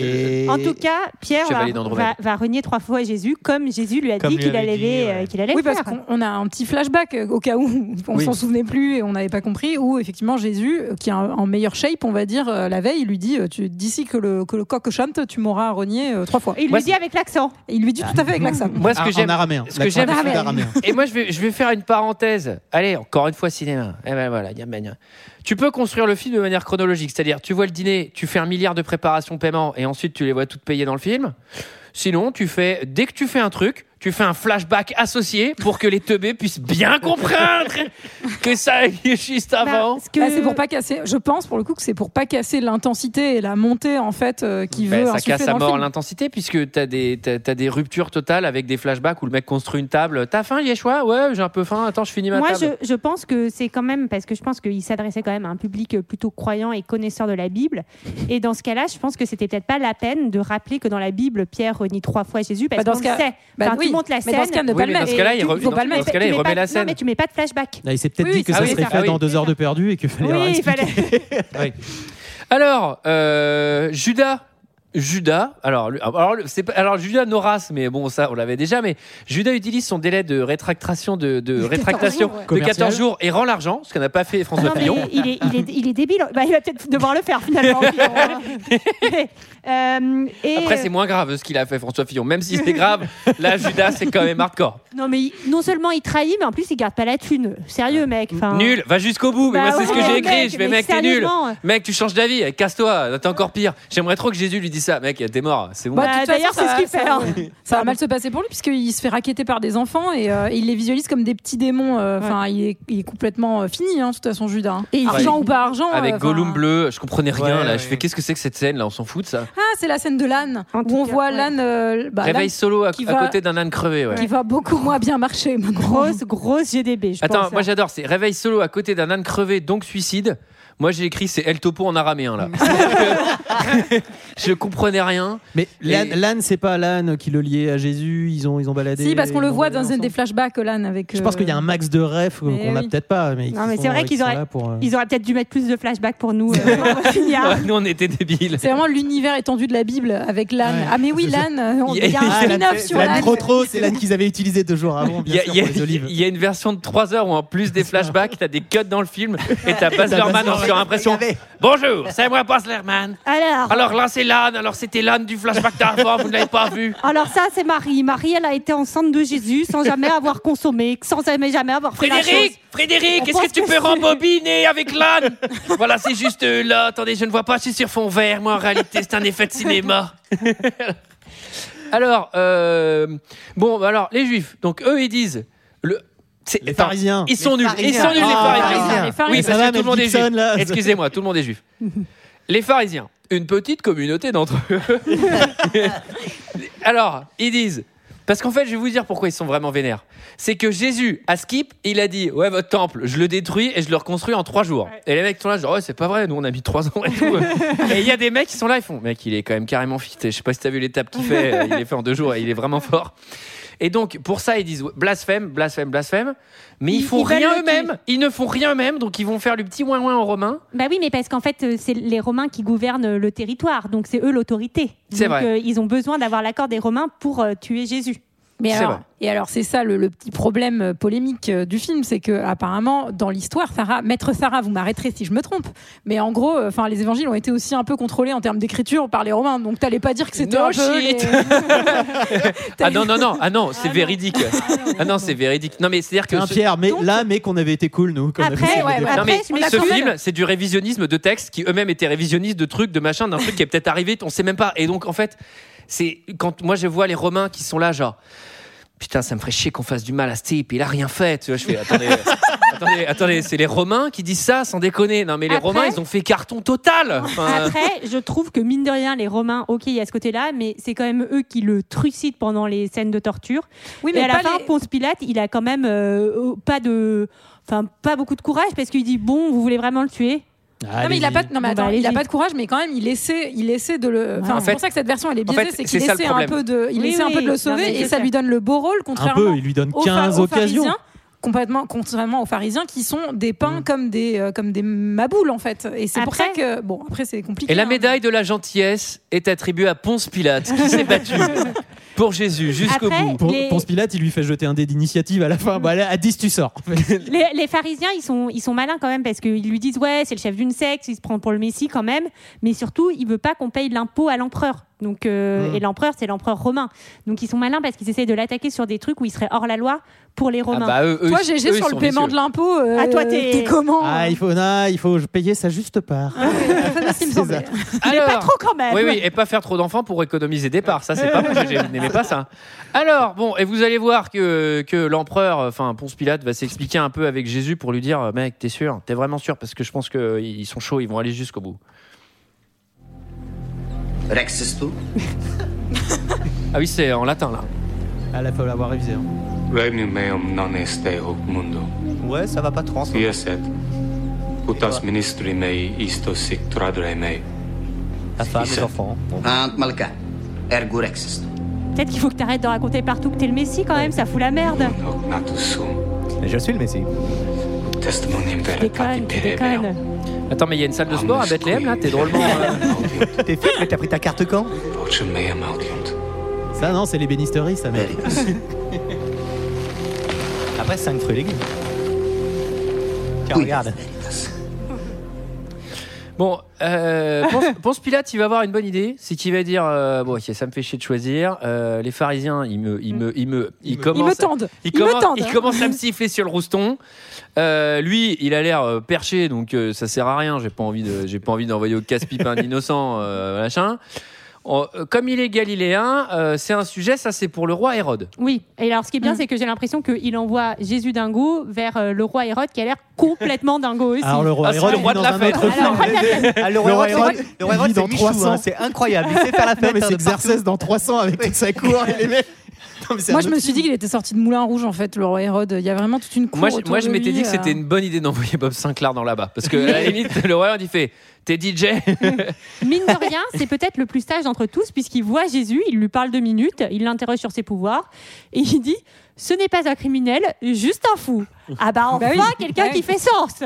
Et- En tout cas, Pierre va, Chevalier d'Andromède. va- va renier trois fois Jésus, comme Jésus lui a Comme dit lui qu'il avait allait, dit, les- ouais. euh, qu'il allait Oui, le parce faire. qu'on on a un petit flashback euh, au cas où on Oui. s'en souvenait plus et on n'avait pas compris, où effectivement Jésus, euh, qui est en en meilleeur shape, on va dire, euh, la veille, il lui dit euh, tu- D'ici que le, que le coq chante, tu m'auras renié euh, trois fois. Et Il Moi, lui dit avec l'accent. Et il lui dit tout à fait avec l'accent. Moi ce Ah, que en j'aime araméen. ce que j'aime- L'accent Araméen. araméen. Et moi, je vais, je vais faire une parenthèse. Allez, encore une fois, cinéma. Eh ben voilà, gna, gna, gna. Tu peux construire le film de manière chronologique, c'est-à-dire tu vois le dîner, tu fais un milliard de préparations, paiements, et ensuite tu les vois toutes payées dans le film. Sinon, tu fais, dès que tu fais un truc, tu fais un flashback associé pour que les teubés puissent bien comprendre que ça existe avant. Parce que- Ah, c'est pour pas casser, je pense pour le coup que c'est pour pas casser l'intensité et la montée en fait euh, qui Ben, veut ça insuffler casse à dans le mort film. l'intensité puisque t'as des t'as, t'as des ruptures totales avec des flashbacks où le mec construit une table. T'as faim, Yeshua Ouais, j'ai un peu faim. Attends, je finis ma Moi, table. je, je pense que c'est quand même parce que je pense qu'il s'adressait quand même à un public euh, plutôt croyant et connaisseur de la Bible. Et dans ce cas-là, je pense que c'était peut-être pas la peine de rappeler que dans la Bible, Pierre renie trois fois Jésus parce Bah, dans qu'on ce le cas- sait. Bah Enfin, oui, tu montes la mais scène. dans ce cas, ne Oui, pas mais le dans mettre. ce cas-là, Et il tu- remet- faut dans pas le ce- mettre. dans ce cas-là, il Tu mets remet pas- la scène. Non, mais tu mets pas de flashback. Ah, il s'est peut-être Oui, dit que oui, ça ah oui, serait ah fait oui. dans deux heures de perdu et qu'il fallait leur Oui, il expliquer. fallait. Alors, euh, Judas. Judas, alors, lui- alors, lui- c'est pas- alors Judas Noras, mais bon, ça on l'avait déjà, mais Judas utilise son délai de rétractation de, de rétractation jours, de ouais. 14 Commercial. jours et rend l'argent, ce qu'a n'a pas fait François Non, mais Fillon. il, est, il, est, il est débile. Bah, il va peut-être devoir le faire finalement. Euh, et, Après, c'est moins grave ce qu'il a fait François Fillon, même si c'est grave. là, Judas, c'est quand même hardcore. euh, Non, mais il- non seulement il trahit, mais en plus il garde pas la thune. Sérieux, mec. Enfin, Nul, va jusqu'au bout, mais bah moi, c'est ce ouais, que j'ai écrit. mec, je fais, mais mec, t'es nul. Bah, sérieusement. Mec, tu changes d'avis, eh, casse-toi, t'es encore pire. J'aimerais trop que Jésus lui dise ça, mec, t'es mort, c'est bon. Bah, Bah, de toute D'ailleurs, façon, c'est ce ça- qu'il fait. ça- hein. Ça va mal se passer pour lui puisqu'il se fait raqueter par des enfants et, euh, il les visualise comme des petits démons. euh, Enfin, il, est, il est complètement euh, fini, hein, de toute façon, Judas. hein. il- argent ou pas argent. Avec euh, enfin, Gollum bleu, je comprenais rien Ouais, là. ouais. Je fais, qu'est-ce que c'est que cette scène là On s'en fout de ça. Ah, c'est la scène de l'âne En où tout on cas, voit ouais. l'âne euh, bah, l'âne Réveil solo à, qui à va- côté d'un âne crevé. Ouais. qui va beaucoup moins bien marcher. maintenant. Grosse, grosse GDB, je Attends, pense. moi j'adore, c'est réveil solo à côté d'un âne crevé, donc suicide. Moi, j'ai écrit c'est El Topo en araméen là. je comprenais rien. Mais l'âne, Et- l'âne, c'est pas l'âne qui le liait à Jésus. Ils ont, ils ont baladé. Si, parce qu'on le ils ont voit baladé dans un des ensemble. flashbacks, Olan, avec. Je pense euh, qu'il y a un max de refs qu'on Mais n'a oui. peut-être pas. Mais Non, mais qui c'est sont- vrai qui qu'ils sont auraient- là pour, euh, Ils auraient peut-être dû mettre plus de flashbacks pour nous. euh, Ah. Finir. Nous, on était débiles. euh, C'est vraiment l'univers étendu de la Bible avec l'âne. Ouais. Ah, mais oui, C'est ça. l'âne. euh, on- Il y a- Il y a un Ah, la- spin-off sur la l'âne. trop trop, c'est l'âne qu'ils avaient utilisé deux jours avant, Il y, bien a- sûr, il y a- pour les olives. il y a une version de 3 heures où en plus des flashbacks, t'as des cuts dans le film et t'as Baz T'as Luhrmann en Baz Luhrmann. surimpression. Regardez. Bonjour, c'est moi Baz Luhrmann. Ah. Alors, alors, Alors là c'est l'âne, alors c'était l'âne du flashback d'avant, vous ne l'avez pas vu. ça, c'est Marie. Marie, elle a été enceinte de Jésus sans jamais avoir consommé, sans jamais, jamais avoir fait la chose. Frédéric, On Frédéric, est-ce pense que tu que peux c'est- rembobiner avec l'âne Voilà, c'est juste euh, là. Attendez, je ne vois pas, je suis sur fond vert. Moi, en réalité, c'est un effet de cinéma. alors, euh, bon, bah alors, les juifs, donc eux, ils disent. Le, c'est- Les enfin, pharisiens. Ils sont nuls, ils pharisiens. sont nuls, les Ah, les pharisiens. pharisiens. Les pharisiens. Oui, Ça parce va, que tout le Mel monde est Gibson, juif. là. Excusez-moi, tout le monde est juif. Les pharisiens, une petite communauté d'entre eux. Alors, ils disent. Parce qu'en fait, je vais vous dire pourquoi ils sont vraiment vénères. C'est que Jésus, à Skip, il a dit Ouais, votre temple, je le détruis et je le reconstruis en trois jours. Et les mecs sont là, genre, Ouais, c'est pas vrai, nous on a mis trois ans et tout. et il y a des mecs qui sont là, ils font Mec, il est quand même carrément fit. Je sais pas si t'as vu l'étape qu'il fait, euh, il est fait en deux jours et il est vraiment Ah. fort. Et donc, pour ça, ils disent ouais, blasphème, blasphème, blasphème. Mais ils, Ils- font ils veulent rien le eux-mêmes. Ils ne font rien eux-mêmes, donc ils vont faire le petit ouin-ouin en romain. Bah oui, mais parce qu'en fait, euh, c'est les Romains qui gouvernent euh, le territoire, donc c'est eux l'autorité. C'est Donc, vrai. euh, ils ont besoin d'avoir l'accord des Romains pour euh, tuer Jésus. Mais C'est alors, vrai. et alors, c'est ça le, le petit problème euh, polémique euh, du film, c'est que apparemment, dans l'histoire, Sarah, maître Sarah, vous m'arrêterez si je me trompe, mais en gros, euh, enfin, les évangiles ont été aussi un peu contrôlés en termes d'écriture par les Romains, donc t'allais pas dire que c'était No un peu shit. T'as- Ah non, non, non, ah non, c'est non. véridique. Ah non, c'est véridique. Non, mais c'est-à-dire que. Tiens, ce- Pierre, mais Donc- là, mais qu'on avait été cool, nous. qu'on avait Après, fait ouais, des- ouais. Non, Après, mais je m'excuse. ce film, euh, c'est du révisionnisme de textes qui eux-mêmes étaient révisionnistes de trucs, de machin, d'un truc qui est peut-être arrivé, on sait même pas. Et donc, en fait, c'est quand moi je vois les Romains qui sont là, genre. Putain, ça me ferait chier qu'on fasse du mal à ce type, il a rien fait. Tu vois, je fais, attendez, attendez, attendez, c'est les Romains qui disent ça, sans déconner. Non, mais les Après- Romains, ils ont fait carton total. Enfin, Après, je trouve que mine de rien, les Romains, ok, il y a ce côté-là, mais c'est quand même eux qui le trucident pendant les scènes de torture. Oui, et mais à la pas fin, les- Ponce Pilate, il a quand même euh, pas de, enfin, pas beaucoup de courage parce qu'il dit bon, vous voulez vraiment le tuer Non mais il a pas de- non, Bon, mais bah, attends, il a allez-y. pas de courage mais quand même il essaie il essaie de le enfin Ouais. c'est En fait- pour ça que cette version elle est en biaisée fait, c'est c'est qu'il ça le essaie un problème. peu de il Oui, essaie un peu oui, de non, le sauver mais et c'est ça sûr. lui donne le beau rôle Un contrairement peu, il lui donne aux, pha- 15 aux occasions. pharisiens complètement contrairement aux pharisiens qui sont des pins comme des euh, comme des maboules en fait et c'est pour ça Après- que bon après c'est compliqué Et la hein. médaille de la gentillesse est attribuée à Ponce Pilate, qui s'est battu pour Jésus jusqu'au Après, bout. Pour, Les- Ponce Pilate, il lui fait jeter un dé d'initiative à la fin. Bah, là, à 10, tu sors. les, les pharisiens, ils sont, ils sont malins quand même parce qu'ils lui disent ouais, c'est le chef d'une secte, il se prend pour le Messie quand même, mais surtout, il veut pas qu'on paye l'impôt à l'empereur. Donc, euh, Mm. Hmm. et l'empereur, c'est l'empereur romain. Donc, ils sont malins parce qu'ils essaient de l'attaquer sur des trucs où il serait hors la loi pour les Ah romains. bah, eux- eux, toi ils- GG eux, sur ils le sont paiement de vicieux. l'impôt euh, Ah, toi, t'es- comment Ah, il faut, non, il faut payer sa juste part. Ah. Ça, c'est ce qui me C'est ça. semblait. Mais Alors- pas trop quand même. Oui, oui, et pas faire trop d'enfants pour économiser des parts. Ça, c'est pas moi, j'ai- n'aimais pas ça. Alors, bon, et vous allez voir que, que l'empereur, enfin, Ponce Pilate va s'expliquer un peu avec Jésus pour lui dire Mec, t'es sûr T'es vraiment sûr Parce que je pense qu'ils sont chauds, ils vont aller jusqu'au bout. Rex tu Ah oui, c'est en latin, là. Ah, là, faut l'avoir révisé. hein. Regnum meum non est hoc mundo. Ouais, ça va pas trop ensemble. Ies et putas ministri mei isto sic tradere mei. La femme, les Ça. enfants. Bon. Ant malca, ergo Rex tu Peut-être qu'il faut que t'arrêtes de raconter partout que t'es le Messie quand même, ça fout la merde. Hoc natus sum. Je suis le Messie. Testimonium Tu veritati déconnes, tu pere meo. déconnes. Attends, mais il y a une salle de sport à Bethléem, là T'es drôlement. euh, Audiunt, T'es fait, mais t'as pris ta carte quand voce meam audiunt. Ça, non, c'est les bénisteries, ça, mec. Veribus. Après, 5 fruits et légumes. Tiens, Oui. regarde. Bon, euh, Ponce- Ponce Pilate, il va avoir une bonne idée, c'est qu'il va dire euh, bon, ok, ça me fait chier de choisir. euh, les Pharisiens, ils me, ils me, ils me, ils ils me commencent, tendent ils ils me commencent, tendent. hein. ils commencent à me siffler sur le rouston. Euh, lui, il a l'air euh, perché, donc euh, ça sert à rien. J'ai pas envie de, j'ai pas envie d'envoyer au casse-pipe un innocent, euh, machin. On- euh, comme il est galiléen, euh, c'est un sujet, ça c'est pour le roi Hérode. Oui, et alors ce qui est bien, Mm. c'est que j'ai l'impression qu'il envoie Jésus dingo vers euh, le roi Hérode qui a l'air complètement dingo aussi. Alors, le roi Ah, c'est Hérode, le il roi est de dans la un fête. autre Alors, film. le roi de la fête. Ah, le Le roi roi Hérode, Hérode, le roi Hérode, il vit c'est dans Michou, hein, 300. c'est incroyable. Il sait faire la Non, fête. mais hein, c'est de partout. Xerxès dans 300 avec toute sa cour. et les mecs. mais c'est Moi, un je me autre suis dit qu'il était sorti de Moulin Rouge, en fait, le roi Hérode. Il y a vraiment toute une cour. Moi, je, autour moi, je de m'étais lui, dit que euh. c'était une bonne idée d'envoyer Bob Sinclair dans là-bas. Parce que, à la limite, le roi, on dit fait T'es DJ Mine de rien, c'est peut-être le plus sage d'entre tous, puisqu'il voit Jésus, il lui parle deux minutes, il l'interroge sur ses pouvoirs, et il dit Ce n'est pas un criminel, juste un fou. Ah bah enfin, Bah oui. quelqu'un Ouais. qui fait sens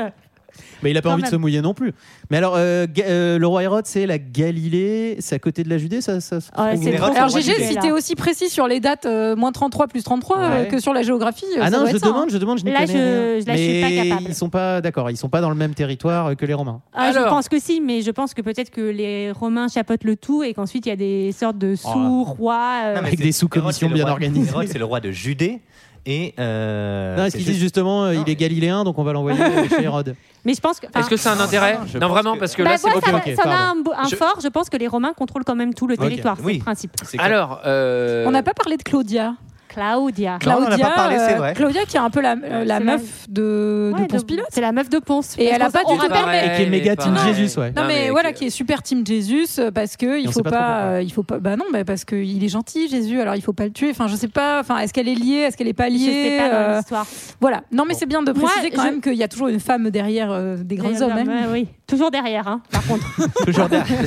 Mais il a pas Quand envie de même. se mouiller non plus. Mais alors, euh, Ga- euh, le roi Hérode, c'est la Galilée, c'est à côté de la Judée, ça, ça se Ah, trouve c'est où trop euh. Alors, Moi, GG, j'étais si là. t'es aussi précis sur les dates euh, moins 33 plus 33 euh, Ouais. que sur la géographie, euh, Ah ça non, doit je être ça, demande, je demande, je n'y Là, connais je- rien. là, je suis pas Mais capable. Ils sont pas d'accord, ils sont pas dans le même territoire euh, que les Romains. Ah, Alors. Je pense que si, mais je pense que peut-être que les Romains chapotent le tout et qu'ensuite il y a des sortes de sous-rois. euh, Non, mais Avec c'est- des sous-commissions Hérode, c'est le bien roi- organisées. Hérode, c'est le roi de Judée. Et. euh, non, est-ce c'est qu'ils juste- disent justement, euh, Non, il est mais- galiléen, donc on va l'envoyer euh, chez Hérode Mais je pense que. enfin, Est-ce que c'est un Non, intérêt non, non, je Non, pense vraiment, que- parce que bah, là, c'est. moi, ça, ok, va- ok, ça a un, pardon. bo- un Je- fort. Je pense que les Romains contrôlent quand même tout le territoire. C'est Oui. le principe. c'est comme- Alors. euh, On n'a pas parlé de Claudia. Claudia. Cla- Non, on en a pas parlé, c'est vrai. Claudia qui est un peu la, euh, la C'est meuf de, Ouais, de Ponce Pilate. C'est la meuf de Ponce. Et elle a Parce pas qu'on- du on tout- rappelle- pareil, Et qui est méga team pareil. Jésus, ouais. Non, mais, Ah, mais voilà, que- qui est super team Jésus euh, parce que il on faut sait pas, pas trop pourquoi. euh, il faut pas, bah non, bah parce que il est gentil Jésus, alors il faut pas le tuer. Enfin, je sais pas. Enfin, est-ce qu'elle est liée, est-ce qu'elle est pas Je sais liée pas euh, dans l'histoire. Voilà. Non, mais c'est bien de Moi, préciser quand je- même qu'il y a toujours une femme derrière euh, des grands Des hommes. hein. ouais, oui. Toujours derrière, hein, par contre. Toujours derrière.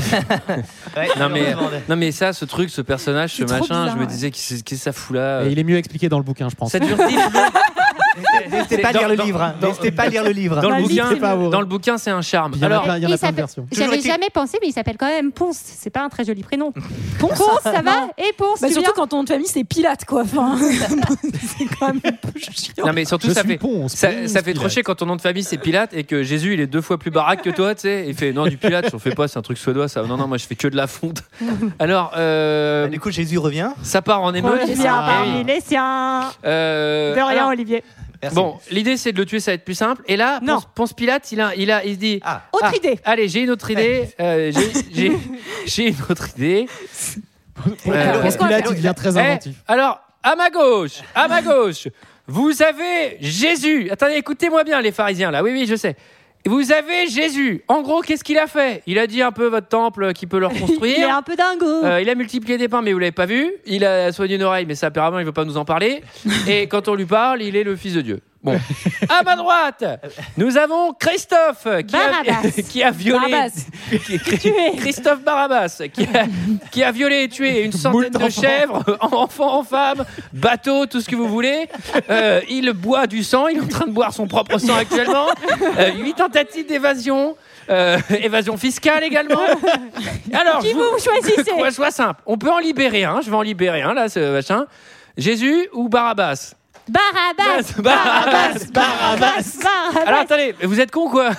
Ouais, Non, mais- heureusement. Non, mais ça, ce truc, ce personnage, ce C'est trop machin, bizarre, je me ouais. disais, qu'est-ce que ça fout là euh, Et il est mieux expliqué dans le bouquin, je pense. Ça dure 10 minutes. N'hésitez pas à Dans- lire le dans- livre. hein. dans- N'hésitez pas à lire le livre. Dans Bah, le lisez-le. bouquin, pas vous. dans le bouquin, c'est un charme. Il y en a Alors, plein, il y en a Et plein de ça fait- versions. Toujours J'avais est-il- jamais pensé, mais il s'appelle quand même Ponce. C'est pas un très joli prénom. Ponce, ça va Et Ponce, Bah, tu surtout viens quand ton nom de famille c'est Pilate, quoi. Enfin, c'est quand même un peu chiant. non, mais surtout, Je ça suis fait. Ponce, Ça, Ponce, ça fait Pilate. trop chier quand ton nom de famille c'est Pilate et que Jésus il est deux fois plus baraque que toi, tu sais. Il fait non, du Pilate, j'en fais pas, c'est un truc suédois ça. Non, non, moi je fais que de la fonte. Alors, euh, Du coup, Jésus revient. ça part en émeute. Olivier Ah, oui. parmi les siens. Euh, De rien, alors, Olivier. Merci. Bon, l'idée c'est de le tuer, ça va être plus simple. Et là, Non. Ponce, Ponce Pilate, il a, il a, il se dit. Ah, Autre Ah, idée. Allez, j'ai une autre idée. euh, j'ai- j'ai- j'ai une autre idée. Euh, Parce que là, tu deviens très Eh, inventif. alors, à ma gauche, à ma gauche, vous avez Jésus. Attendez, écoutez-moi bien, les pharisiens, là. Oui, oui, je sais. Vous avez Jésus. En gros, qu'est-ce qu'il a fait Il a dit un peu votre temple qui peut le Il est reconstruire. un peu dingo. Euh, il a multiplié des pains, mais vous l'avez pas vu. Il a soigné une oreille, mais ça, apparemment, il veut pas nous en parler. Et quand on lui parle, il est le fils de Dieu. Bon. À ma droite, nous avons Christophe qui, a, Barabbas. qui a violé. Barabbas. Tué. Christophe Barabas, qui a, qui a violé et tué une centaine de chèvres, en enfants, en femmes, bateaux, tout ce que vous voulez. Euh, il boit du sang, il est en train de boire son propre sang actuellement. Euh, Huit tentatives d'évasion, euh, évasion fiscale également. Alors, Qui je vous choisissez quoi, soit simple. On peut en libérer un, je vais en libérer un, là, ce machin. Jésus ou Barabas Bah, Barabbas. Barabas Barabbas Alors Barabbas. attendez, vous êtes con quoi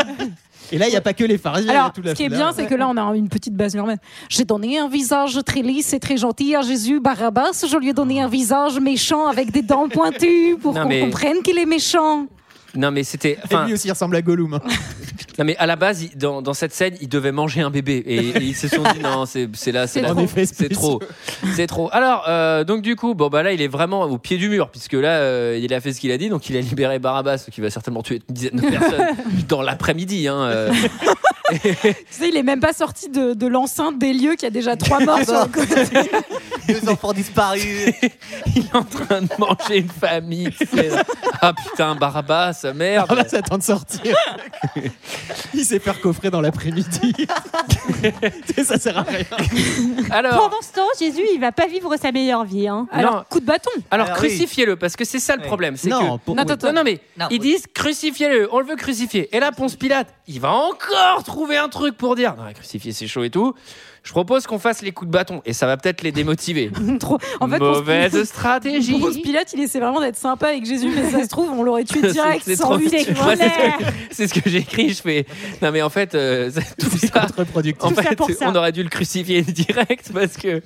Et là, il n'y a pas que les pharisiens. il y a Alors, toute la ce qui est foule. bien, c'est que là, on a une petite base normale. J'ai donné un visage très lisse et très gentil à Jésus Barabbas. Je lui ai donné un visage méchant avec des dents pointues pour Non, qu'on mais- comprenne qu'il est méchant. Non mais c'était. Et enfin, lui aussi, il ressemble à Gollum. hein. Non mais à la base, il- dans, dans cette scène, il devait manger un bébé et, et ils se sont dit non, c'est c'est là, c'est C'est là, trop. En effet, c'est trop, c'est trop. Alors euh, donc du coup, bon bah là, il est vraiment au pied du mur puisque là, euh, il a fait ce qu'il a dit, donc il a libéré Barabbas qui va certainement tuer une dizaine de personnes dans l'après-midi. Hein, euh. Tu sais, il est même pas sorti de, de l'enceinte des lieux qui a déjà trois morts sur le côté. Deux enfants disparus. il est en train de manger une famille. tu sais, là. Ah putain, Barabbas, merde. Ah bah, ça attend de sortir. il s'est fait coffrer dans l'après-midi. ça sert à rien. Alors, Pendant ce temps, Jésus, il va pas vivre sa meilleure vie. hein. Alors, Non. coup de bâton. alors Alors, oui. crucifiez-le parce que c'est ça le Oui. problème, c'est que Ah Non, pour- Non, oui. attends, Non, non, mais Non, ils oui. disent crucifiez-le, on le veut crucifier. Et là, Ponce Pilate, il va encore trouver un truc pour dire non, crucifier, c'est chaud et tout. Je propose qu'on fasse les coups de bâton et ça va peut-être les démotiver. Trop- En fait, Mauvaise Ponce Pilate- stratégie. Ponce Pilate, il essaie vraiment d'être sympa avec Jésus, mais ça se trouve, on l'aurait tué direct C'est sans trop lui. stupide. tu Moi, vois. c'est ce que- c'est ce que j'écris. Je fais non, mais en fait, euh, ça- tout ça, contre-productif. en Tout ça fait, pour ça. on aurait dû le crucifier direct parce que.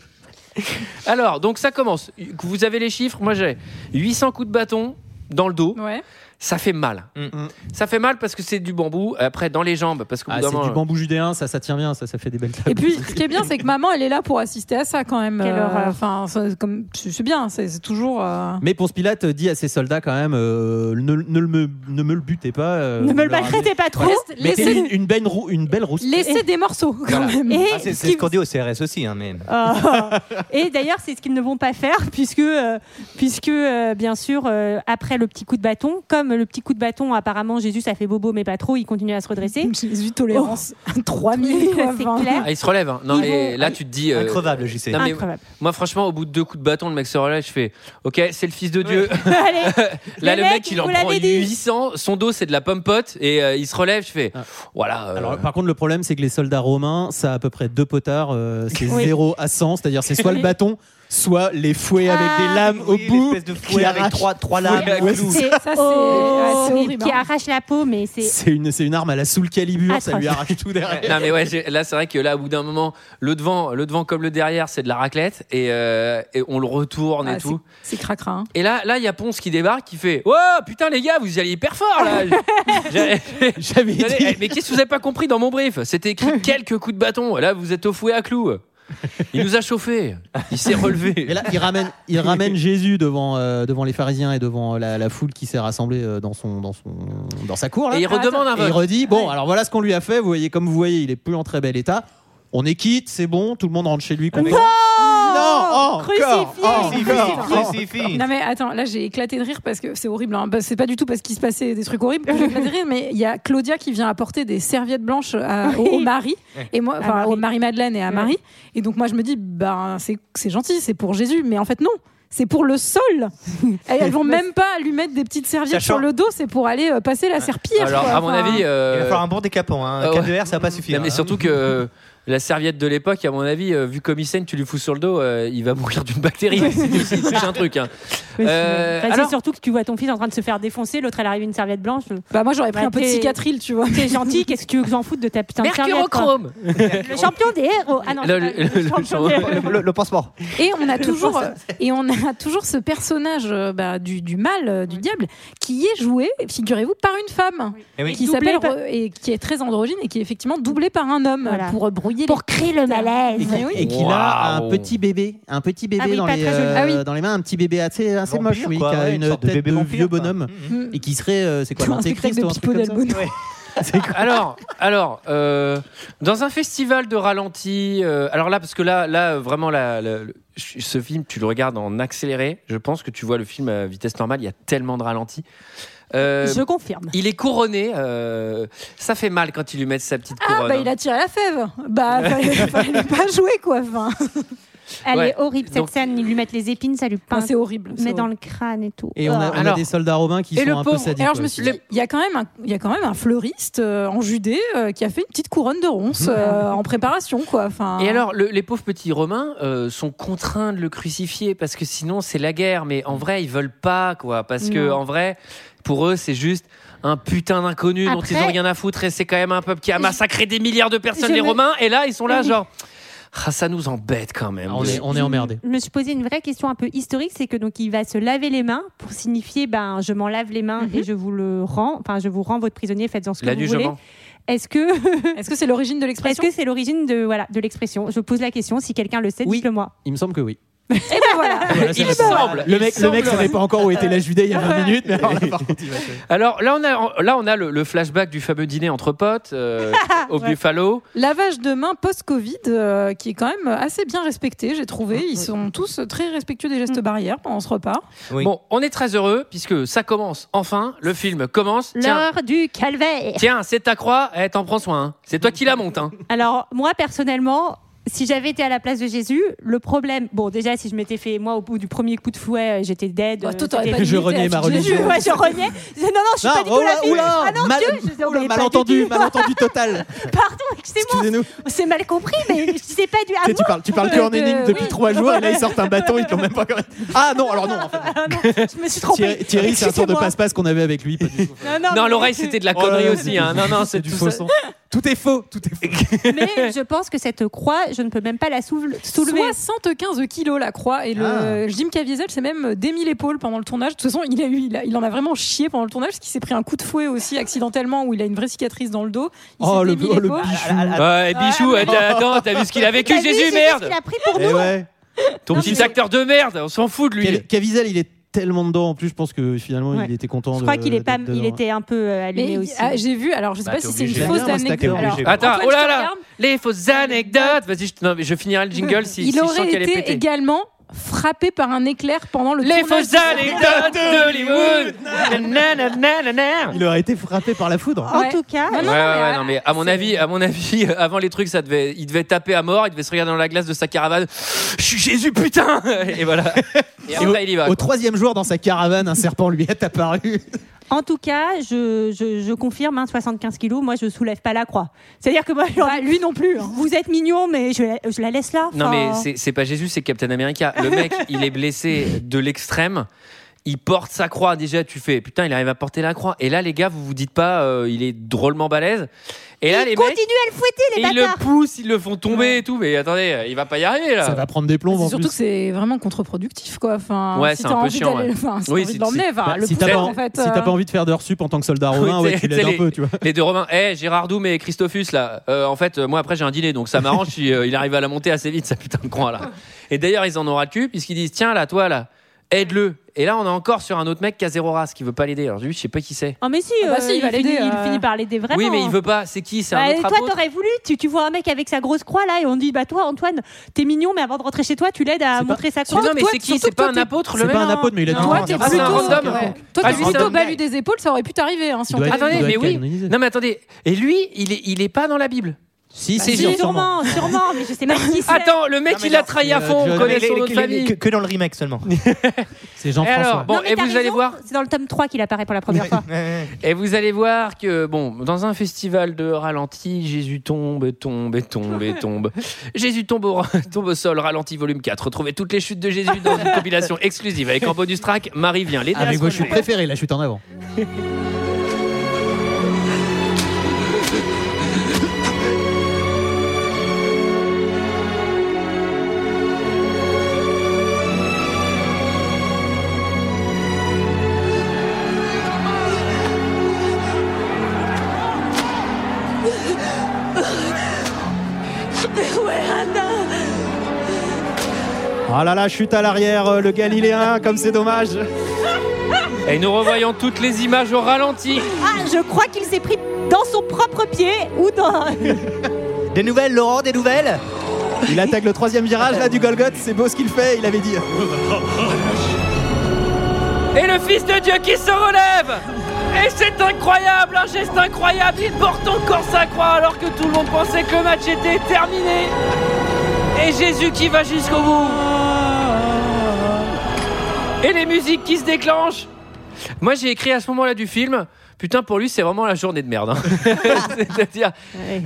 Alors, donc ça commence. Vous avez les chiffres, moi j'ai 800 coups de bâton dans le dos. Ouais. ça fait mal. Mm, Ça fait mal parce que c'est du bambou. Après, dans les jambes, parce que Ah, c'est du bambou judéen, ça, ça tient bien, ça, ça fait des belles tables. Et puis, ce qui est bien, c'est que maman, elle est là pour assister à ça quand même. Quelle Euh, horreur. Enfin, c'est comme- c'est c'est bien, c'est c'est toujours. euh, Mais Ponce Pilate dit à ses soldats quand même euh, ne, ne le me, ne me le butez pas. euh, Ne me le leur maltraitez pas trop. Reste- amenez- Mettez-lui laissez, une, une belle roue, une belle rousse. laissez des morceaux quand Voilà. même. Et Ah, c'est ce c'est qui- ce qu'on dit au CRS aussi, hein, mais. Ah. et d'ailleurs, c'est ce qu'ils ne vont pas faire, puisque, euh, puisque euh, bien sûr, euh, après le petit coup de bâton, comme le petit coup de bâton, apparemment, Jésus, ça fait bobo, mais pas trop, il continue à se redresser. Jésus, tolérance. 3000, Oui, quoi, Oh. c'est 20. clair. Ah, il se relève. hein. Non, Ils et vont- là, tu te dis. euh, Increvable, JC. non, mais- Incroyable. Moi, franchement, au bout de deux coups de bâton, le mec se relève. Je fais Ok, c'est le fils de Dieu. Allez, Là, Le le, mec, mec, il il en vous l'avait prend dit. 800. Son dos, c'est de la pompote. Et euh, il se relève. Je fais Ah. Voilà. euh, Alors, par contre, le problème, c'est que les soldats romains, ça a à peu près deux potards, euh, c'est Oui. 0 à 100, c'est-à-dire c'est soit le bâton, soit les fouets avec Ah. des lames au Oui, bout. l'espèce de qui fouet avec arrachent. trois, trois Fouet à lames. clous. c'est ah, Ça, c'est- ouais, c'est horrible. horrible, oh, Qui hein. arrache la peau, mais c'est C'est une, c'est une arme à la soul calibre, ça Atroce. lui arrache tout derrière. non mais ouais, j'ai- là c'est vrai que là au bout d'un moment, le devant, le devant comme le derrière, c'est de la raclette et, euh, et on le retourne Ah, et tout. c'est- C'est cracra. hein. Et là, là il y a Ponce qui débarque, qui fait "Oh putain les gars, vous y allez hyper fort là." J'ai- j'ai- J'avais dit. j'ai- mais qu'est-ce que vous avez pas compris dans mon brief C'était écrit quelques coups de bâton. Là, vous êtes au fouet à clous. Il nous a chauffé. Il s'est relevé. Mais là, il ramène, il ramène Jésus devant, euh, devant les pharisiens et devant la, la foule qui s'est rassemblée euh, dans, son, dans, son, dans sa cour. Là. Et il redemande un euh, Et il vote. redit bon, alors voilà ce qu'on lui a fait. Vous voyez, comme vous voyez, il est plus en très bel état. On est quitte, c'est bon, tout le monde rentre chez lui. content. Oh, non, encore, Crucifié encore, encore. Crucifix. Non mais attends, là j'ai éclaté de rire parce que c'est horrible. hein. Bah, c'est pas du tout parce qu'il se passait des trucs horribles que j'ai éclaté de rire, mais il y a Claudia qui vient apporter des serviettes blanches à- au, au mari et moi, À enfin Marie. au mari Madeleine et à Ouais. Marie. Et donc moi je me dis, ben c'est c'est gentil, c'est pour Jésus, mais en fait non. C'est pour le sol. Elles, elles vont même pas lui mettre des petites serviettes Sachant- sur le dos. C'est pour aller euh, passer la serpillière. Alors quoi. à mon Enfin, avis, euh, Il va falloir un bon décapant. Hein. Ah ouais. 4 r ça va pas suffire. non, mais hein. surtout que euh, la serviette de l'époque, à mon avis, euh, vu comme il saigne, tu lui fous sur le dos, euh, il va mourir d'une bactérie. C'est- C'est c'est un truc. hein. Euh, Enfin, c'est alors- surtout que tu vois ton fils en train de se faire défoncer, l'autre elle arrive une serviette blanche. Bah moi j'aurais pris Bah, un peu de t'es- cicatril, tu vois. T'es gentil, qu'est-ce que tu veux que j'en foute de ta putain de serviette quoi Mercurochrome Le champion des héros. Ah non, Le- c'est pas- le- le- champion des héros. Le, le pansement. Et on a toujours, et on a toujours ce personnage euh, bah, du, du mal, euh, du diable, qui est joué, figurez-vous, par une femme, Eh oui. qui Doublé s'appelle par- Re- et qui est très androgyne et qui est effectivement doublée par un homme Voilà. pour brouiller Pour créer le Et malaise. qui- Et qu'il a un Waouh. petit bébé, un petit bébé Ah oui, dans, pas les, très joli. euh, Ah oui. dans les mains, un petit bébé assez, assez Vampire, moche, oui, quoi, qui a ouais, une, une sorte de tête de, bébé vampire, vieux quoi. bonhomme. les. Et qui serait, euh, c'est quoi, un l'Antéchrist spectacle de ou un truc Pipo comme ça d'Albono. Alors, alors euh, dans un festival de ralenti, euh, alors là, parce que là, là euh, vraiment, la- la- le- ce film, tu le regardes en accéléré. Je pense que tu vois le film à vitesse normale, il y a tellement de ralentis. Euh, Je confirme. Il est couronné. euh, ça fait mal quand ils lui mettent sa petite couronne. Ah bah il hein. a tiré la fève. Bah fallait, fallait pas jouer quoi. Enfin, Elle Ouais. est horrible cette Donc- scène. Ils lui mettent les épines, ça lui Enfin, pince. c'est horrible. c'est met dans horrible. le crâne et tout. Et on a, on a Alors- des soldats romains qui Et sont le un peu pauvre- sadiques. Alors je ouais. me suis dit, il y a quand même un, il y a quand même un fleuriste euh, en Judée euh, qui a fait une petite couronne de ronces euh, en préparation quoi. Enfin. hein. Et alors, le- les pauvres petits Romains euh, sont contraints de le crucifier parce que sinon c'est la guerre. Mais en vrai, ils veulent pas, quoi. Parce que Non. en vrai, pour eux, c'est juste un putain d'inconnu dont Après- ils ont rien à foutre. Et c'est quand même un peuple qui a massacré des milliards de personnes, Je les me- Romains. Et là, ils sont là, genre, Ah, ça nous embête quand même. Ah, on est, on est emmerdé. Je me suis posé une vraie question un peu historique, c'est que donc il va se laver les mains pour signifier ben je m'en lave les mains et je vous le rends, enfin je vous rends votre prisonnier, faites-en ce que La vous nuit, je voulez. mens. Est-ce que Est-ce que c'est l'origine de est-ce l'expression que c'est l'origine de voilà de l'expression Je pose la question. Si quelqu'un le sait, Oui. dites-le moi. Il me semble que oui. Eh ben voilà. Voilà, ça Il répond. Ah. semble. Le mec, il le mec semble. savait pas encore où était la Judée il y a 20 minutes, mais alors là, par contre, il va- Alors là, on a, là, on a le, le flashback du fameux dîner entre potes euh, au Buffalo. Lavage de main post-Covid, euh, qui est quand même assez bien respecté, j'ai trouvé. Ils sont tous très respectueux des gestes barrières pendant ce repas. Oui. Bon, on est très heureux puisque ça commence enfin. Le film commence. Tiens, L'heure du calvaire. Tiens, c'est ta croix, eh, t'en prends soin. hein. C'est toi qui la monte. Hein. Alors moi personnellement, si j'avais été à la place de Jésus, le problème, bon déjà si je m'étais fait moi au bout du premier coup de fouet, euh, j'étais dead. Bah, euh, toi, t'aurais j'étais- pas Je limité reniais à ma ce que religion. Jésus, Ouais, je reniais. Je disais, non non, je suis pas du tout oh la fille. oula, Ah non, mal- Dieu, je sais, oula, on est pas du malentendu, tout. malentendu total. Pardon, excusez-moi. Excusez-nous. C'est mal compris, mais je disais pas du. Ah, Tu sais, tu parles, tu parles que en Euh, énigme oui. depuis trois jours et là ils sortent un bâton, ils t'ont même pas correct. Ah non, alors non. en fait. Ah non, je me suis trompée. Thierry, Thierry, c'est un tour de Excusez-moi. passe-passe qu'on avait avec lui. pas du tout. Non, non, Non, mais- l'oreille, c'était de la Oh là connerie là, aussi. hein. Non, non, c'est du tout faux ça. son. Tout est faux, tout est faux. Mais je pense que cette croix, je ne peux même pas la soule- soulever. 75 kilos la croix et le Ah. Jim Caviezel s'est même euh, démis l'épaule pendant le tournage. De toute façon, il a eu, il, a- il en a vraiment chié pendant le tournage parce qu'il s'est pris un coup de fouet aussi accidentellement où il a une vraie cicatrice dans le dos. Il Oh, s'est le- démis oh, le l'épaule. bichou. ah, Ah, Ouais, bichou, eh, t'as- attends, t'as vu ce qu'il a vécu, T'as vu, Jésus, c'est merde ce qu'il a pris pour Eh nous. ouais. Ton Non, petit mais- acteur de merde, on s'en fout de lui. Cav- Cavizel, il est tellement dedans. En plus, je pense que finalement, Ouais. il était content. Je de- crois qu'il est pas, d'être il dedans. était un peu euh, allumé Mais aussi. ah, j'ai vu, alors je sais Bah, pas t'es si c'est une obligé. fausse J'aime bien, moi, cet anecdote. acteur. Alors, Obligé. Attends, Antoine, oh je là te là regarde. Les fausses anecdotes Vas-y, je, non, mais je finirai le jingle si, si il je sens aurait qu'elle est été pétée. également frappé par un éclair pendant le Les tournage. fausses anecdotes d'Hollywood Nananana. Il aurait été frappé par la foudre. En Ouais. tout cas, Ah Ouais, ouais, non, mais, ouais, euh, non, mais à mon avis, à mon avis, euh, avant les trucs, ça devait, il devait taper à mort, il devait se regarder dans la glace de sa caravane. Je suis Jésus, putain! Et voilà. Et après, il y va. Au troisième jour, dans sa caravane, un serpent lui est apparu. en tout cas, je, je, je confirme, hein, 75 kilos, moi je soulève pas la croix. C'est-à-dire que moi, genre, lui non plus. Vous êtes mignon, mais je la, je la laisse là. Non, mais Enfin, c'est- c'est pas Jésus, c'est Captain America. Le mec, il est blessé de l'extrême. Il porte sa croix. Déjà, tu fais putain, il arrive à porter la croix. Et là, les gars, vous vous dites pas, euh, il est drôlement balèze. Et là, les Continue mecs, à le fouetter, les ils bâtards. le poussent, ils le font tomber et tout. Mais attendez, il va pas y arriver là. Ça va prendre des plombs C'est en surtout plus. que c'est vraiment contre-productif quoi. Enfin, Ouais, si c'est t'as un peu envie chiant, d'aller- ouais. enfin, si t'as Oui, envie si- de l'emmener, si- enfin, Bah, le si pousse, t'as pas, en fait. si t'as euh, pas envie de faire de sup en tant que soldat romain, Oui, ouais, tu t'es- l'aides t'es un peu, tu vois. Les deux Romains, Eh Gérard Doum et Christophus là, Euh, en fait, euh, moi après j'ai un dîner donc ça m'arrange si euh, il arrive à la monter assez vite, sa putain de croix là. Et d'ailleurs, ils en ont ras le cul puisqu'ils disent tiens là, toi là, aide-le. Et là, on est encore sur un autre mec qui a zéro race qui veut pas l'aider. Alors, lui, je sais pas qui c'est. Oh, mais si, Ah bah si, il va finit, l'aider, il euh. finit par l'aider vraiment. hein. Oui, mais il veut pas, c'est qui C'est un Bah, autre toi, apôtre t'aurais voulu, tu, tu vois un mec avec sa grosse croix là et on dit Bah, toi, Antoine, t'es mignon, mais avant de rentrer chez toi, tu l'aides à C'est pas- montrer sa Mais croix. Non, mais Toi, c'est qui surtout C'est que pas toi, un t'es- apôtre le C'est mec pas un apôtre, mais il a Non, dit Toi, non, t'es Ah, c'est un plutôt, random. ouais. Toi, Ah, t'es c'est un plutôt random. balu des épaules, ça aurait pu t'arriver hein, si on Il doit t'avait- être- Attendez, doit mais être oui. canonisé. Non, mais attendez. Et lui, il est, il est pas dans la Bible. Si, Bah, Si, sûrement, sûrement, mais je sais pas qui c'est. Attends, le mec, Non, mais il a non, trahi à c'est, euh, fond. John- On Les- connaît les- son nom de les- les- que, famille. que dans le remake seulement. C'est Et alors, Jean-François. bon, Non, mais et t'as vous allez raison, voir, C'est dans le tome 3 qu'il apparaît pour la première fois. Et vous allez voir que, bon, dans un festival de ralenti, Jésus tombe, tombe, tombe, tombe. Jésus tombe au, tombe au sol, ralenti volume 4. Retrouvez toutes les chutes de Jésus dans une compilation exclusive avec en bonus track, Marie vient l'aider. à Avec se vos chutes relever. préférées, la chute en avant. Ah là là, chute à l'arrière, euh, le Galiléen, comme c'est dommage. Et nous revoyons toutes les images au ralenti. Ah, je crois qu'il s'est pris dans son propre pied ou dans. Des nouvelles, Laurent, des nouvelles Il attaque le troisième virage là du Golgoth, c'est beau ce qu'il fait, il avait dit. Et le Fils de Dieu qui se relève Et c'est incroyable, un geste incroyable Il porte encore sa croix alors que tout le monde pensait que le match était terminé Et Jésus qui va jusqu'au bout Et les musiques qui se déclenchent Moi j'ai écrit à ce moment-là du film... Putain, pour lui, c'est vraiment la journée de merde. hein. C'est-à-dire,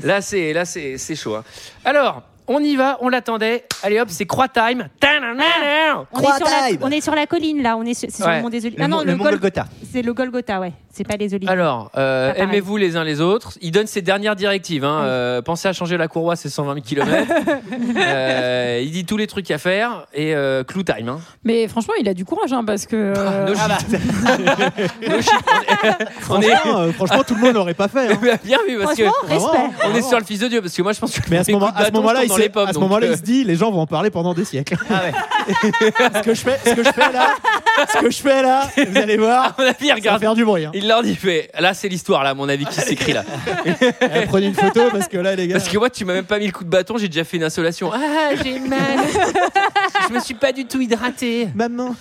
là, c'est là, c'est c'est chaud. hein. Alors, on y va, on l'attendait. Allez, hop, c'est croix time. Ta-na-na-na. On Croix est, sur la, time. on est sur la colline là, on est sur, c'est sur Ouais. le mont des Olives. Le, Ah non, Mont- le le Mont Gol- Golgotha. c'est le Golgotha, ouais, c'est pas les Olives. Alors, euh, Pas pareil. aimez-vous les uns les autres. Il donne ses dernières directives. hein. Euh, pensez à changer la courroie, c'est 120 km. Euh, il dit tous les trucs à faire et euh, clou time. hein. Mais franchement, il a du courage hein, parce que. euh, No shit. No shit. On est, Franchement, euh, franchement, tout le monde l'aurait pas fait. hein. on est- bien vu parce que Ah Franchement, respect. Vraiment. hein. on est sur le fils de Dieu parce que moi je pense que Mais à ce les moment- coups de à ce bâton moment-là, tombent il, dans s'est- les pommes, à ce donc, Ah moment-là, euh, il se dit, les gens vont en parler pendant des siècles. ce que je fais, ce que je fais là, ce que je fais là, vous allez à voir, mon avis, il ça va regarde. faire du bruit. hein. Il leur dit fait. Là, c'est l'histoire là, à mon avis, qui s'écrit là. Eh, Prenez une photo parce que là, les gars, Parce que moi, tu m'as même pas mis le coup de bâton, j'ai déjà fait une insolation. Ah, j'ai mal. je me suis pas du tout hydratée. maman.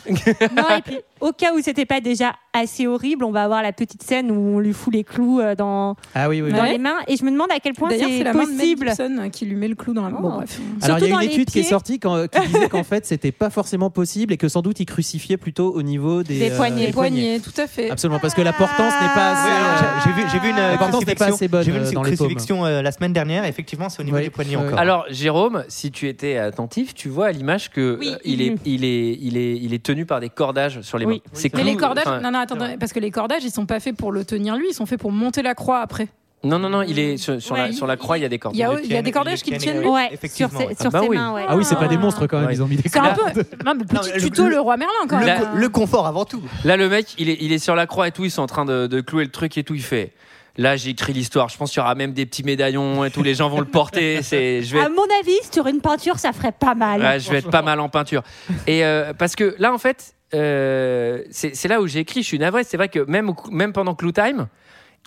Non, et puis, au cas où c'était pas déjà assez horrible, on va avoir la petite scène où on lui fout les clous euh, dans, Ah oui, oui. dans Ouais. les mains et je me demande à quel point D'ailleurs, c'est c'est la main de Mel possible. Gibson hein, qui lui met le clou dans la main. Oh. Bon, bref. Alors il y Surtout a dans une les étude qui est pieds. sortie quand- euh, qui disait qu'en fait c'était pas forcément possible et que sans doute ils crucifiaient plutôt au niveau des, Des poignets. Les poignets, tout à fait. euh, Absolument, parce que la portance n'est pas assez. Ouais, alors, euh, j'ai- j'ai vu, j'ai vu une euh, L'importance n'est pas crucifixion- assez bonne, J'ai vu une euh, dans les crucifixion euh, la semaine dernière. Effectivement, c'est au niveau Ouais, des poignets euh, encore. Alors Jérôme, si tu étais attentif, tu vois à l'image que Oui. euh, il, est, Mhm. il est il est il est tenu par des cordages sur les mains. Oui. C'est Mais les clou- cordages, enfin, non, non, attendez, parce que les cordages, ils sont pas faits pour le tenir lui, ils sont faits pour monter la croix après. Non, non, non, il est sur, sur la, Ouais. sur la croix, il y a des cordes. Il y a, le il y a des tiennent- cordages ils qui le tiennent tiennent et- lui. Ouais, Effectivement, sur ses, ouais. Ah sur bah ses oui. mains. Ouais. Ah oui, c'est pas des monstres quand même, Ouais. ils ont mis des C'est un cordes. peu. Non, mais petit le- tuto, le- le roi Merlin quand le- même. le- Le confort avant tout. Là, le mec, il est, il est sur la croix et tout, ils sont en train de, de clouer le truc et tout, il fait. Là, j'ai écrit l'histoire. Je pense qu'il y aura même des petits médaillons et tous les gens vont le porter. C'est, je vais, À être, mon avis, sur une peinture, ça ferait pas mal. ouais, Ah, je vais être pas mal en peinture. Et euh, parce que là, en fait, euh, c'est c'est là où j'ai écrit. Je suis navré. C'est vrai que même, au cou- même pendant Clou Time,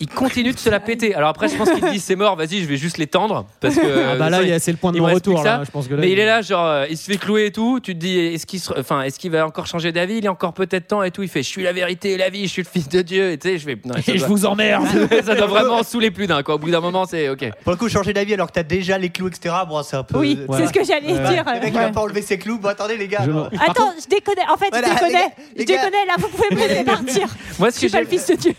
il continue de se la péter. Alors après, je pense qu'il dit c'est mort. Vas-y, je vais juste les tendre parce que. Ah bah là, ça, il y a- c'est le point de il mon me reste plus retour que là. ça. Je pense que là, Mais il est là, genre, euh, il se fait clouer et tout. Tu te dis, est-ce qu'il se- enfin, est-ce qu'il va encore changer d'avis Il est encore peut-être temps et tout. Il fait, je suis la vérité et la vie, je suis le fils de Dieu. Et tu sais, je fais, non, ça, Et je doit, vous emmerde. ça doit vraiment saouler plus d'un. Quoi. Au bout d'un moment, c'est ok. Pour le coup, changer d'avis alors que t'as déjà les clous, etc. Bon, c'est un peu. euh, Oui, Voilà. c'est ce que j'allais Ouais. dire. Le mec, il va pas enlever ses clous. Bon, attendez, les gars. Je non. m'en- Par Attends, je déconnais. En fait, Voilà, je déconnais. les gars, les je gars. déconnais. Là, vous pouvez me laisser partir. Moi, ce Je que suis pas j'ai- le fils de Dieu.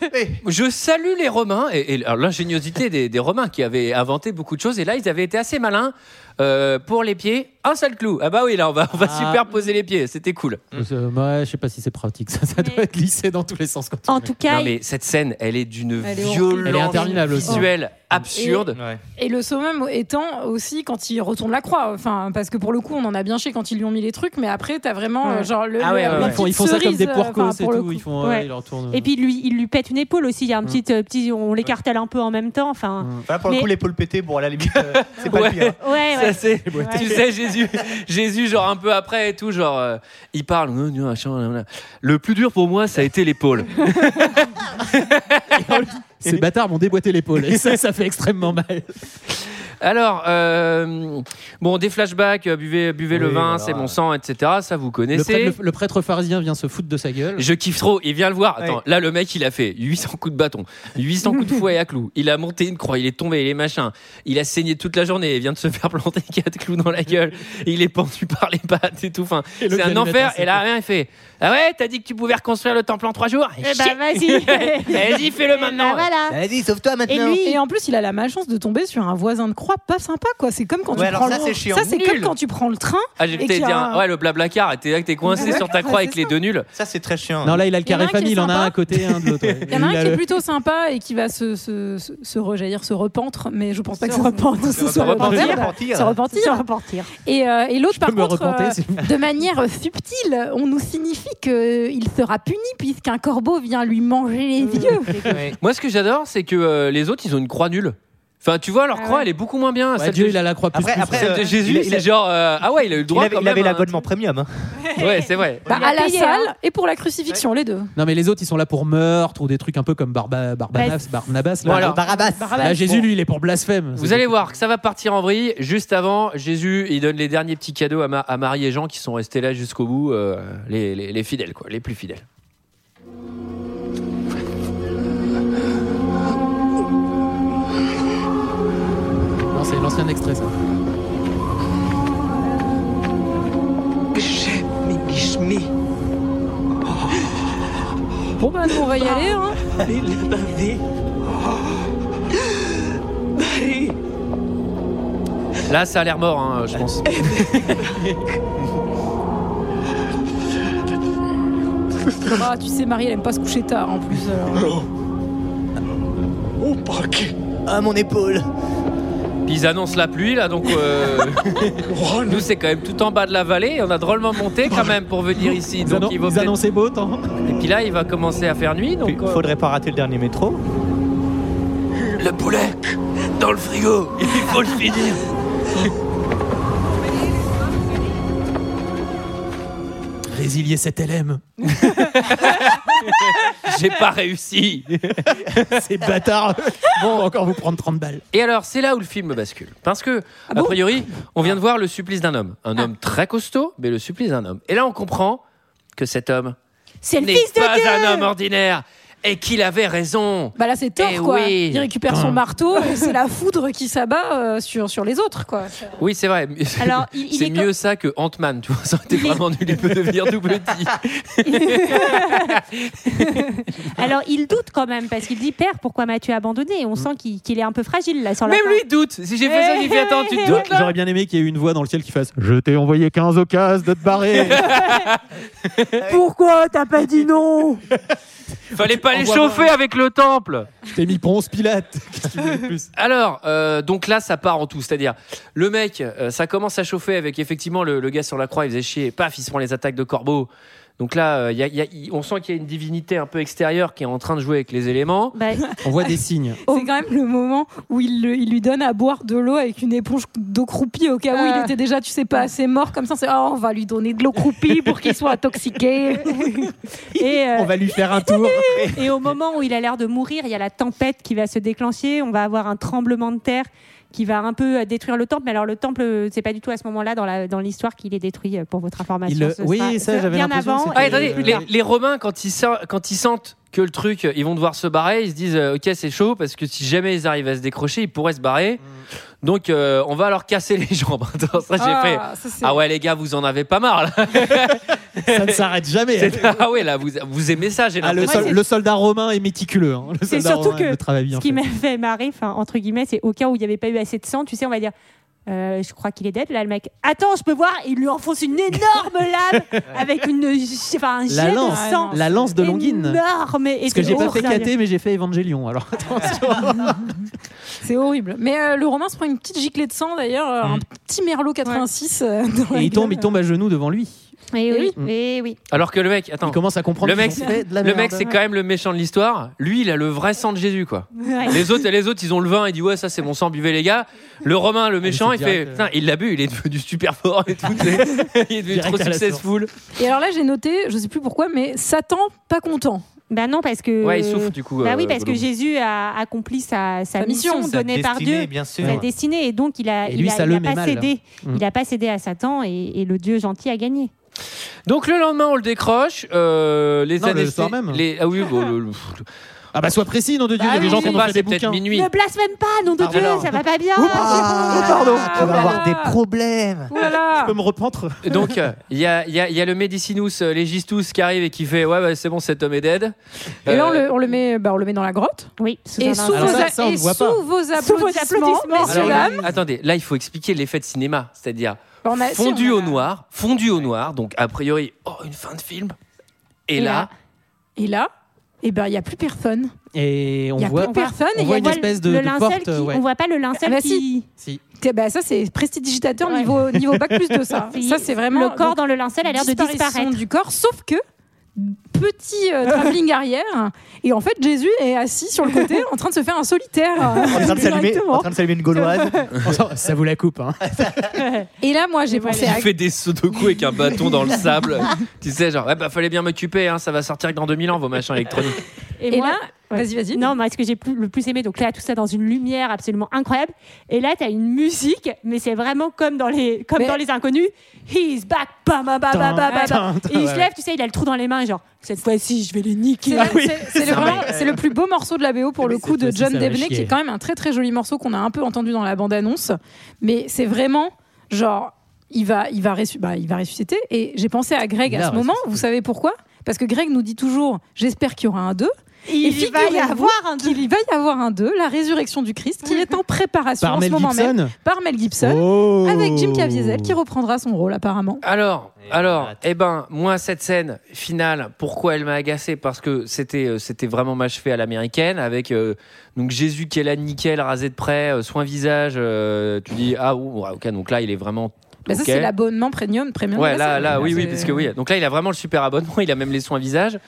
je salue les Romains et, et alors, l'ingéniosité des, des Romains qui avaient inventé beaucoup de choses. Et là, ils avaient été assez malins. Euh, pour les pieds, un seul clou. Ah bah oui, là, on va, on va Ah. superposer les pieds. C'était cool. contre, euh, ouais, je sais pas si c'est pratique. Ça, ça doit Mais- être lissé dans tous les sens. Quand tu En le mets. tout cas, Non, mais cette scène, elle est d'une Elle est violence horrible. Elle est interminable aussi. visuelle absurde. Ouais. Et le summum étant aussi quand il retourne la croix. Enfin, parce que pour le coup, on en a bien chié quand ils lui ont mis les trucs, mais après, t'as vraiment euh, Ouais. genre le. Ah ouais, le- ouais, la ouais. Ils font, ils font ça petite comme des cerise, euh, puercos enfin, et pour le tout. coup. Ils font, Ouais. ouais, ils leur tournent. Et puis lui, il lui pète une épaule aussi. Il y a un petit, euh, petit, on l'écartèle un peu en même temps. Enfin, Enfin, pour Mais- le coup, l'épaule pétée, bon, à la limite, euh, c'est pas Ouais. le pire. ouais, Ça, ouais. c'est- Ouais. Tu sais, Jésus, Jésus, genre un peu après et tout, genre, euh, il parle. Non, non, machin, là, là. Le plus dur pour moi, ça a été l'épaule. Ces bâtards m'ont déboîté l'épaule. Et ça, ça fait extrêmement mal. Alors, euh, bon, des flashbacks, euh, buvez, buvez le Oui, vin, voilà. c'est mon sang, etc. Ça, vous Le connaissez. prêtre, le- le prêtre pharisien vient se foutre de sa gueule. Je kiffe trop, il vient le voir. Attends, Ouais. là, le mec, il a fait 800 coups de bâton, 800 coups de fouet à clous. Il a monté une croix, il est tombé, il est machin. Il a saigné toute la journée, il vient de se faire planter quatre clous dans la gueule. Il est pendu par les pattes et tout. Enfin, Et le c'est un bien-être, enfer. hein, c'est Et là, rien, il fait Ah ouais, t'as dit que tu pouvais reconstruire le temple en trois jours Eh ben, Shit. vas-y. Vas-y, fais-le Eh ben, maintenant. voilà. Vas-y, sauve-toi Et maintenant. lui, Et en plus, il a la malchance de tomber sur un voisin de croix pas sympa, quoi. C'est comme quand Ouais, tu alors prends ça, le... c'est chiant. Ça, c'est Nul. comme quand tu prends le train. Ah, j'ai Et peut-être qu'il y a dit un- ouais, le blablacar, t'es là que t'es coincé Ouais, sur ta ouais, croix avec c'est les deux nuls. Ça, c'est très chiant. Non, là, il a le Il y en a carré un qui est famille. Il en a sympa. un à côté, un de l'autre. ouais. Il y en a un qui le- est plutôt sympa et qui va se, se, se, se rejaillir, se repentre, mais je pense pas que Se ça repente, se soit repentir, repentir. repentir. Se se repentir. repentir. Et, euh, et l'autre, par me contre, repenter, euh, s'il vous de manière subtile, on nous signifie qu'il sera puni puisqu'un corbeau vient lui manger les Euh, yeux. Ouais. Moi, ce que j'adore, c'est que euh, les autres, ils ont une croix nulle. Enfin, tu vois, leur Ah croix, ouais. elle est beaucoup moins bien. Ouais, Celle Dieu, de- il a la croix plus Après- plus. après, Celle de euh, Jésus, il a- c'est genre euh, ah ouais, il a eu le Il droit avait, quand il avait même, hein. l'abonnement premium. hein. Ouais, c'est vrai. Bah, à la payé, salle et pour la crucifixion, les deux. Non, mais les autres, ils sont là pour meurtre ou des trucs un peu comme Barba- Barbanas- Barnabas. Bon, là. alors, Barabbas. Là, Jésus, lui, il est pour blasphème. Vous allez voir que ça va partir en vrille. Juste avant, Jésus, il donne les derniers petits cadeaux à, Ma- à Marie et Jean qui sont restés là jusqu'au bout, euh, les, les- les fidèles, quoi, les plus fidèles. Non, c'est l'ancien extrait, ça. Bon, bah, nous, on va y aller. Hein. Là, ça a l'air mort, hein, je pense. Ah, tu sais, Marie, elle aime pas se coucher tard en plus. euh. alors. Ah, mon épaule. Puis ils annoncent la pluie, là, donc. euh, Nous, c'est quand même tout en bas de la vallée. et On a drôlement monté quand même pour venir ici. Ils, Donc, annon- il vaut ils peut-être- annonçaient beau temps. Et puis là, il va commencer à faire nuit, donc. Puis, euh, Faudrait pas rater le dernier métro. Le poulet dans le frigo, il faut le finir. Résilier cet LM. J'ai pas réussi. Ces bâtards. Bon, encore vous prendre 30 balles. Et alors, c'est là où le film bascule. Parce que, Ah a priori, on vient de voir le supplice d'un homme. Un homme très costaud, mais le supplice d'un homme. Et là, on comprend que cet homme C'est le n'est fils de pas Dieu. un homme ordinaire et qu'il avait raison. Bah là, c'est tort, Eh quoi. oui. Il récupère son marteau et c'est la foudre qui s'abat euh, sur, sur les autres, quoi. Oui, c'est vrai. Alors, il, il c'est est mieux ça que Ant-Man, tu vois. Ça aurait été vraiment nul, il peut devenir tout petit. Alors, il doute quand même parce qu'il dit Père, pourquoi m'as-tu abandonné Et On sent qu'il qu'il est un peu fragile là sur la Même fin. Eh, lui il doute. Si j'ai fait ça, j'ai fait attends, tu te doutes là J'aurais bien aimé qu'il y ait une voix dans le ciel qui fasse Je t'ai envoyé 15 occasions de te barrer. Pourquoi t'as pas dit non Fallait pas les Envoie chauffer avec le temple. Je t'ai mis Ponce Pilate. Qu'est-ce que tu veux de plus Alors, euh, donc là, ça part en tout. C'est-à-dire, le mec, euh, ça commence à chauffer avec effectivement le, le gars sur la croix, il faisait chier. Paf, il se prend les attaques de corbeau. Donc là, euh, il y a- il y a- il- on sent qu'il y a une divinité un peu extérieure qui est en train de jouer avec les éléments. Bah, On voit des signes. C'est quand même le moment où il, le- il lui donne à boire de l'eau avec une éponge d'eau croupie au cas où il Ah. était déjà, tu sais pas, assez mort comme ça. C'est Ah, on va lui donner de l'eau croupie pour qu'il soit intoxiqué. et, euh, On va lui faire un tour. et au moment où il a l'air de mourir, il y a la tempête qui va se déclencher. On va avoir un tremblement de terre qui va un peu euh, détruire le temple. Mais alors, le temple, euh, c'est pas du tout à ce moment-là dans la- dans l'histoire qu'il est détruit, euh, pour votre information. Il le- Ce oui, sera- ça, c'est j'avais bien l'impression que avant. c'était- Ah, Et- attendez, Euh, les, les Romains, quand ils, sa- quand ils sentent que le truc, euh, ils vont devoir se barrer, ils se disent euh, Ok, c'est chaud, parce que si jamais ils arrivent à se décrocher, ils pourraient se barrer. Mm. Donc, euh, on va leur casser les jambes. Attends, ça, j'ai fait. Ah ouais, les gars, vous en avez pas marre, là. Ça ne s'arrête jamais. hein. ah ouais, là, vous, vous aimez ça, j'ai Ah, le, l'impression. sol- le soldat romain est méticuleux. hein. Le C'est soldat surtout romain aime que le travail bien Ce qui fait. m'a fait marrer, enfin, entre guillemets, c'est au cas où il n'y avait pas eu assez de sang, tu sais, on va dire. euh, je crois qu'il est dead là le mec. Attends, je peux voir. Il lui enfonce une énorme lame avec une, enfin, un La jet lance. Ah, de sang. La lance de Longines. Énorme. Et Parce que c'est j'ai pas fait horrible. KT, mais j'ai fait Evangelion. Alors attention. C'est horrible. Mais euh, le romain se prend une petite giclée de sang d'ailleurs, euh, un Mm. petit merlot 86. euh, dans la Et il tombe, gueule. il tombe à genoux devant lui. Et Eh oui, Mm. et oui. Alors que le mec, attends, Il commence à comprendre. Le mec, qu'ils ont fait de la le mec, merde. c'est quand même le méchant de l'histoire. Lui, il a le vrai sang de Jésus, quoi. Les autres, les autres, ils ont le vin. Il dit ouais, ça c'est mon sang, buvez les gars. Le Romain, le méchant, c'est il fait direct, euh. putain, il l'a bu, il est devenu super fort et tout. il est devenu Direct trop à la successful. Et alors là, j'ai noté, je sais plus pourquoi, mais Satan pas content. Bah non, parce que. Ouais, il souffre du coup. Bah euh, oui, parce que Gollum. Jésus a accompli sa, sa Sa mission, mission, sa donnée par Destiné, Dieu, bien sûr. sa destinée, et donc il a, Et il lui, a, ça il le a met pas mal. cédé. Mm. Il a pas cédé à Satan, et, et le Dieu gentil a gagné. Donc le lendemain, on le décroche. euh, les Non, le anesthés- soir même. Les... Ah oui, bon, le- le- pff, Ah bah sois précis, nom de Dieu. ah il y a des oui, gens je qui sais ont pas, c'est fait des peut-être bouquins. minuit. Ne blasphème pas, nom de Ah, Dieu, voilà. ça va pas bien. Ah, Oh, pardon. Tu vas avoir des problèmes. Voilà. Je peux me reprendre. Donc euh, il y, a, il y a- il y a le Medicinus euh, Legistus qui arrive et qui fait ouais, bah, c'est bon, cet homme est dead. Et là, on Euh, le, on le met, bah, on le met dans la grotte. Oui, sous Et un sous, arbre. vos, ça, a- ça, on et le voit sous pas. vos Sous vos applaudissements, applaudissements, messieurs, Alors, Cela- dames. là, attendez, là il faut expliquer l'effet de cinéma, c'est-à-dire Bah, on a- si, fondu on a- au noir, fondu au noir, donc a priori, oh, une fin de film. Et, Et là, Et là, et ben, il n'y a plus personne. Et on Il y a voit. plus personne. on et il y voit a- une espèce de- le de lincelle porte, qui- ouais. On voit pas le lincelle Ah bah si. qui. Si. T'es- bah, ça, c'est prestidigitateur Ouais. niveau, niveau bac plus de ça. ça, c'est vraiment. Le corps donc, dans le lincelle a l'air de disparition disparaître. du corps, sauf que petit euh, travelling arrière et en fait Jésus est assis sur le côté en train de se faire un solitaire En train de s'allumer, en Directement. train de s'allumer une gauloise. Ça vous la coupe. Hein. et là moi j'ai Et voilà. pensé Il à il fait des sudoku avec un bâton dans le sable. tu sais, genre, ouais, bah, fallait bien m'occuper, hein, ça va sortir que dans 2000 ans, vos machins électroniques. et moi- là Ouais. vas-y vas-y Non, moi, ce que j'ai plus- le plus aimé, donc là, tout ça dans une lumière absolument incroyable. Et là, t'as une musique, mais c'est vraiment comme dans les, comme Mais- dans les inconnus. He's back, bam, bam, bam, bam, bam, bam. Tin, tin, Et il se ouais. lève, tu sais, il a le trou dans les mains, genre, cette fois-ci, je vais les C'est niquer. Ah c'est- c'est Ah le, vraiment- c'est le plus beau morceau de la BO pour Mais le coup cette de fois-ci, John ça va Devaney, qui chier. est quand même un très très joli morceau qu'on a un peu entendu dans la bande-annonce. Mais c'est vraiment genre, il va, il va, ressu- bah, il va ressusciter. Et j'ai pensé à Greg Il à a ce moment, ressuscité. vous savez pourquoi Parce que Greg nous dit toujours J'espère qu'il y aura un 2. Et Il va y figurez-vous avoir un qu'il y va y avoir un 2, la résurrection du Christ, qui est en préparation Par en Mel ce moment même Gibson. par Mel Gibson, Oh. avec Jim Caviezel qui reprendra son rôle apparemment. Alors, Et alors, voilà. eh ben, moi, cette scène finale, pourquoi elle m'a agacé Parce que c'était, euh, c'était vraiment m'achevé à l'américaine, avec euh, donc Jésus qui est là, nickel, rasé de près, euh, soin visage. euh, tu dis, ah, ouh, ouais, ok, donc là, il est vraiment. Bah, Ça, ok. c'est l'abonnement premium. premium Ouais, de la là, série. là, oui, oui, C'est- parce que oui. Donc là, il a vraiment le super abonnement. Il a même les soins visage.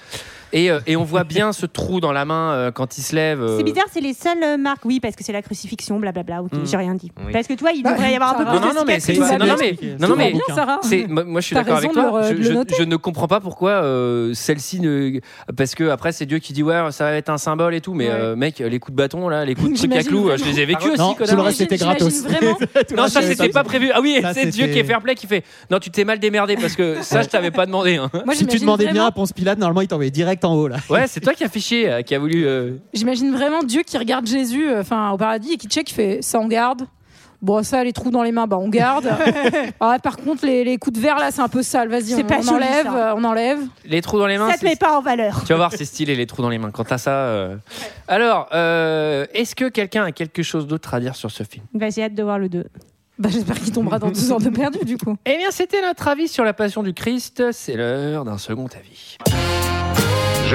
Et, euh, et on voit bien ce trou dans la main euh, quand il se lève. euh. C'est bizarre, c'est les seules euh, marques. Oui, parce que c'est la crucifixion, blablabla. Ok, Mm. j'ai rien dit. Oui. Parce que toi, il devrait y avoir un peu Bah, Non, plus non, de non, mais c'est pas- cicatrices. va non, bien. non, mais non, Tout non, va mais bien, Sarah. c'est moi, moi, je suis T'as d'accord avec raison de toi. le- Je, de le je- noter. je ne comprends pas pourquoi euh, celle-ci ne parce que après c'est Dieu qui dit ouais ça va être un symbole et tout mais Ouais. euh, mec les coups de bâton là les coups de truc à J'imagine clous euh, je vraiment. Ah, les ai vécus Non, aussi tout connard. le reste, c'était J'imagine gratos. vraiment Non, ça c'était pas prévu. Ah oui, Ça, c'est Dieu c'était- qui est fair play qui fait. Non, tu t'es mal démerdé parce que ça je t'avais pas demandé. hein. Moi, si tu j'imagine demandais vraiment- bien à Ponce Pilate, normalement, il t'envoyait direct en haut là. Ouais, c'est toi qui as fait chier, euh, qui a voulu. euh, J'imagine vraiment Dieu qui regarde Jésus euh, enfin au paradis et qui check, qui fait ça on garde. Bon, ça, les trous dans les mains, bah, on garde. ah, par contre, les, les coups de verre, là, c'est un peu sale. Vas-y, on, C'est pas on joli, enlève. ça. euh, on enlève. Les trous dans les mains. Ça te c'est- met pas en valeur. Tu vas voir, c'est stylé les trous dans les mains. Quant à ça. euh. Alors, euh, est-ce que quelqu'un a quelque chose d'autre à dire sur ce film Bah, j'ai hâte de voir le 2. Bah, J'espère qu'il tombera dans 12 heures de perdu, du coup. Eh bien, c'était notre avis sur la Passion du Christ. C'est l'heure d'un second avis. Je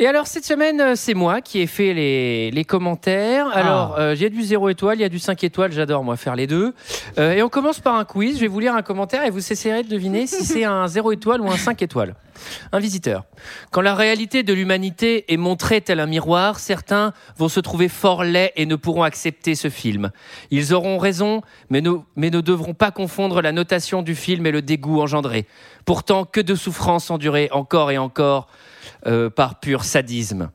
Et alors cette semaine, euh, c'est moi qui ai fait les, les commentaires. Alors euh, j'ai du 0 étoile, il y a du 5 étoiles, j'adore moi faire les deux. Euh, et on commence par un quiz, je vais vous lire un commentaire et vous essaierez de deviner si c'est un 0 étoile ou un 5 étoiles. Un visiteur. Quand la réalité de l'humanité est montrée tel un miroir, certains vont se trouver fort laids et ne pourront accepter ce film. Ils auront raison, mais, nous- mais ne devront pas confondre la notation du film et le dégoût engendré. Pourtant, que de souffrances endurées encore et encore euh, par pur sadisme.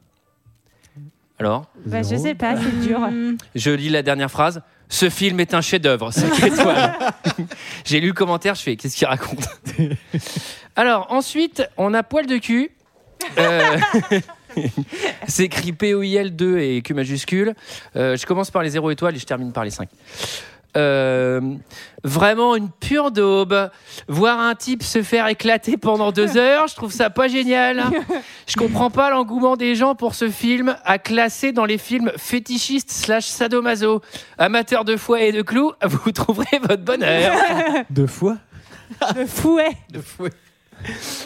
Alors, Bah, je sais pas, c'est dur. Hmm. je lis la dernière phrase. Ce film est un chef-d'œuvre, 5 étoiles. J'ai lu le commentaire, je fais qu'est-ce qu'il raconte Alors, ensuite, on a poil de cul. Euh, C'est écrit POIL2 et Q majuscule. Euh, je commence par les 0 étoiles et je termine par les 5. vraiment une pure daube. Voir un type se faire éclater pendant deux heures, je trouve ça pas génial. Je comprends pas l'engouement des gens pour ce film à classer dans les films fétichistes slash sadomaso. Amateur de foie et de clous, vous trouverez votre bonheur. Deux fois Le fouet. Deux fois.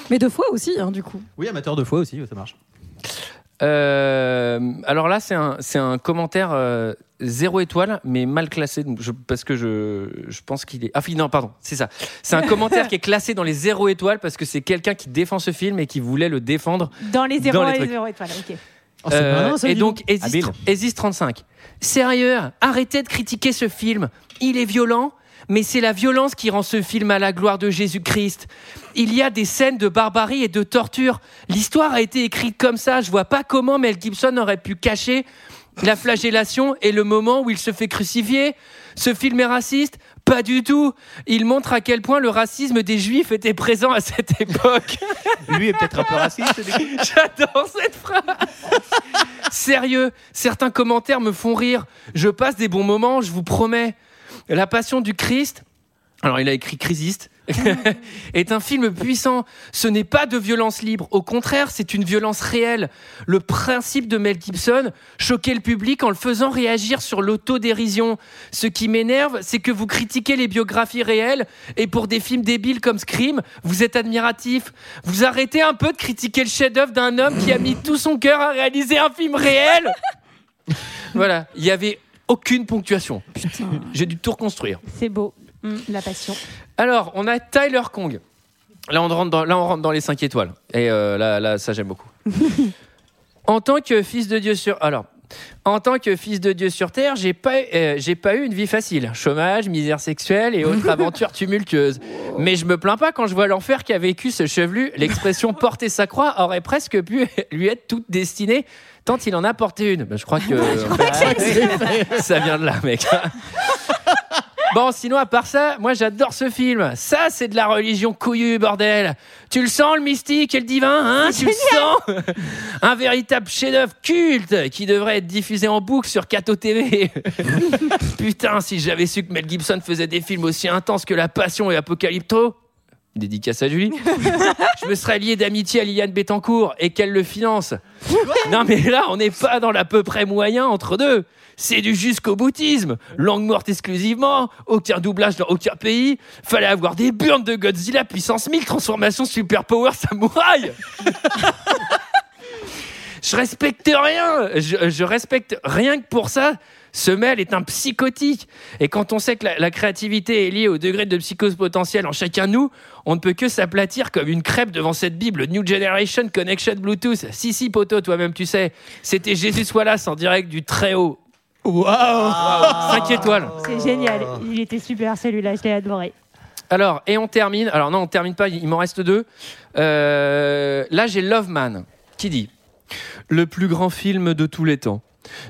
Mais deux fois aussi, hein, du coup. Oui, amateur deux fois aussi, ça marche. Euh, alors là, c'est un, c'est un commentaire euh, zéro étoile, mais mal classé, donc je- parce que je, je pense qu'il est... Ah fi- non, pardon, c'est ça. C'est un commentaire qui est classé dans les zéro étoiles parce que c'est quelqu'un qui défend ce film et qui voulait le défendre Dans les Dans 0 les et trucs. 0 étoiles. Ok. Oh, c'est Euh, pas mal, ça, et dis donc, Habile. Existe 35. Sérieux, arrêtez de critiquer ce film. Il est violent, mais c'est la violence qui rend ce film à la gloire de Jésus-Christ. Il y a des scènes de barbarie et de torture. L'histoire a été écrite comme ça. Je vois pas comment Mel Gibson aurait pu cacher la flagellation et le moment où il se fait crucifier. Ce film est raciste Pas du tout. Il montre à quel point le racisme des Juifs était présent à cette époque. Lui est peut-être un peu raciste. du coup. J'adore cette phrase. Sérieux, certains commentaires me font rire. Je passe des bons moments, je vous promets. La Passion du Christ. Alors il a écrit Chrisiste. est un film puissant. Ce n'est pas de violence libre. Au contraire, c'est une violence réelle. Le principe de Mel Gibson, choquer le public en le faisant réagir sur l'autodérision. Ce qui m'énerve, c'est que vous critiquez les biographies réelles et pour des films débiles comme Scream, vous êtes admiratif. Vous arrêtez un peu de critiquer le chef-d'œuvre d'un homme qui a mis tout son cœur à réaliser un film réel. voilà, il y avait aucune ponctuation. J'ai dû tout reconstruire. C'est beau. Mm, La passion. Alors, on a Tyler Kong. Là, on rentre dans, là, on rentre dans les 5 étoiles. Et euh, là, là, ça, j'aime beaucoup. en tant que fils de Dieu sur. Alors. En tant que fils de Dieu sur terre, j'ai pas, euh, j'ai pas eu une vie facile. Chômage, misère sexuelle et autres aventures tumultueuses. Mais je me plains pas quand je vois l'enfer qu'a vécu ce chevelu. L'expression porter sa croix aurait presque pu lui être toute destinée, tant il en a porté une. Ben, je crois que, ça vient de là, mec. Bon, sinon, à part ça, moi j'adore ce film. Ça, c'est de la religion couillue, bordel. Tu le sens, le mystique et le divin, hein Tu le sens Un véritable chef-d'œuvre culte qui devrait être diffusé en boucle sur Cato TV. Putain, si j'avais su que Mel Gibson faisait des films aussi intenses que La Passion et Apocalypto. Dédicace à Julie. Je me serais lié d'amitié à Liliane Bettencourt et qu'elle le finance. Non mais là, on n'est pas dans l'à peu près moyen entre deux. C'est du jusqu'au boutisme. Langue morte exclusivement, aucun doublage dans aucun pays. Fallait avoir des burnes de Godzilla puissance 1000, transformation super power samouraï. je respecte rien. Je, je respecte rien que pour ça. Semel est un psychotique. Et quand on sait que la, la créativité est liée au degré de psychose potentielle en chacun de nous, on ne peut que s'aplatir comme une crêpe devant cette Bible New Generation Connection Bluetooth. Si, si, poteau, toi-même, tu sais. C'était Jésus Wallace en direct du Très-Haut. Waouh 5 étoiles. C'est génial. Il était super celui-là, je l'ai adoré. Alors, et on termine. Alors, non, on termine pas, il m'en reste deux. Euh, là, j'ai Love Man qui dit Le plus grand film de tous les temps.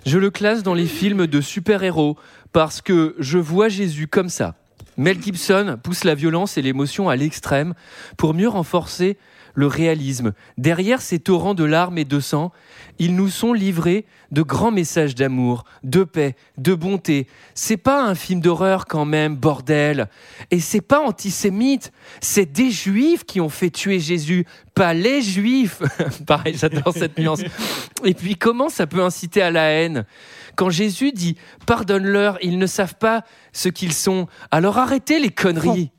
Je le classe dans les films de super-héros parce que je vois Jésus comme ça. Mel Gibson pousse la violence et l'émotion à l'extrême pour mieux renforcer le réalisme. Derrière ces torrents de larmes et de sang, ils nous sont livrés de grands messages d'amour, de paix, de bonté. C'est pas un film d'horreur quand même, bordel. Et c'est pas antisémite, c'est des juifs qui ont fait tuer Jésus, pas les juifs. Pareil, j'adore cette nuance. Et puis comment ça peut inciter à la haine Quand Jésus dit pardonne-leur, ils ne savent pas ce qu'ils sont. Alors arrêtez les conneries.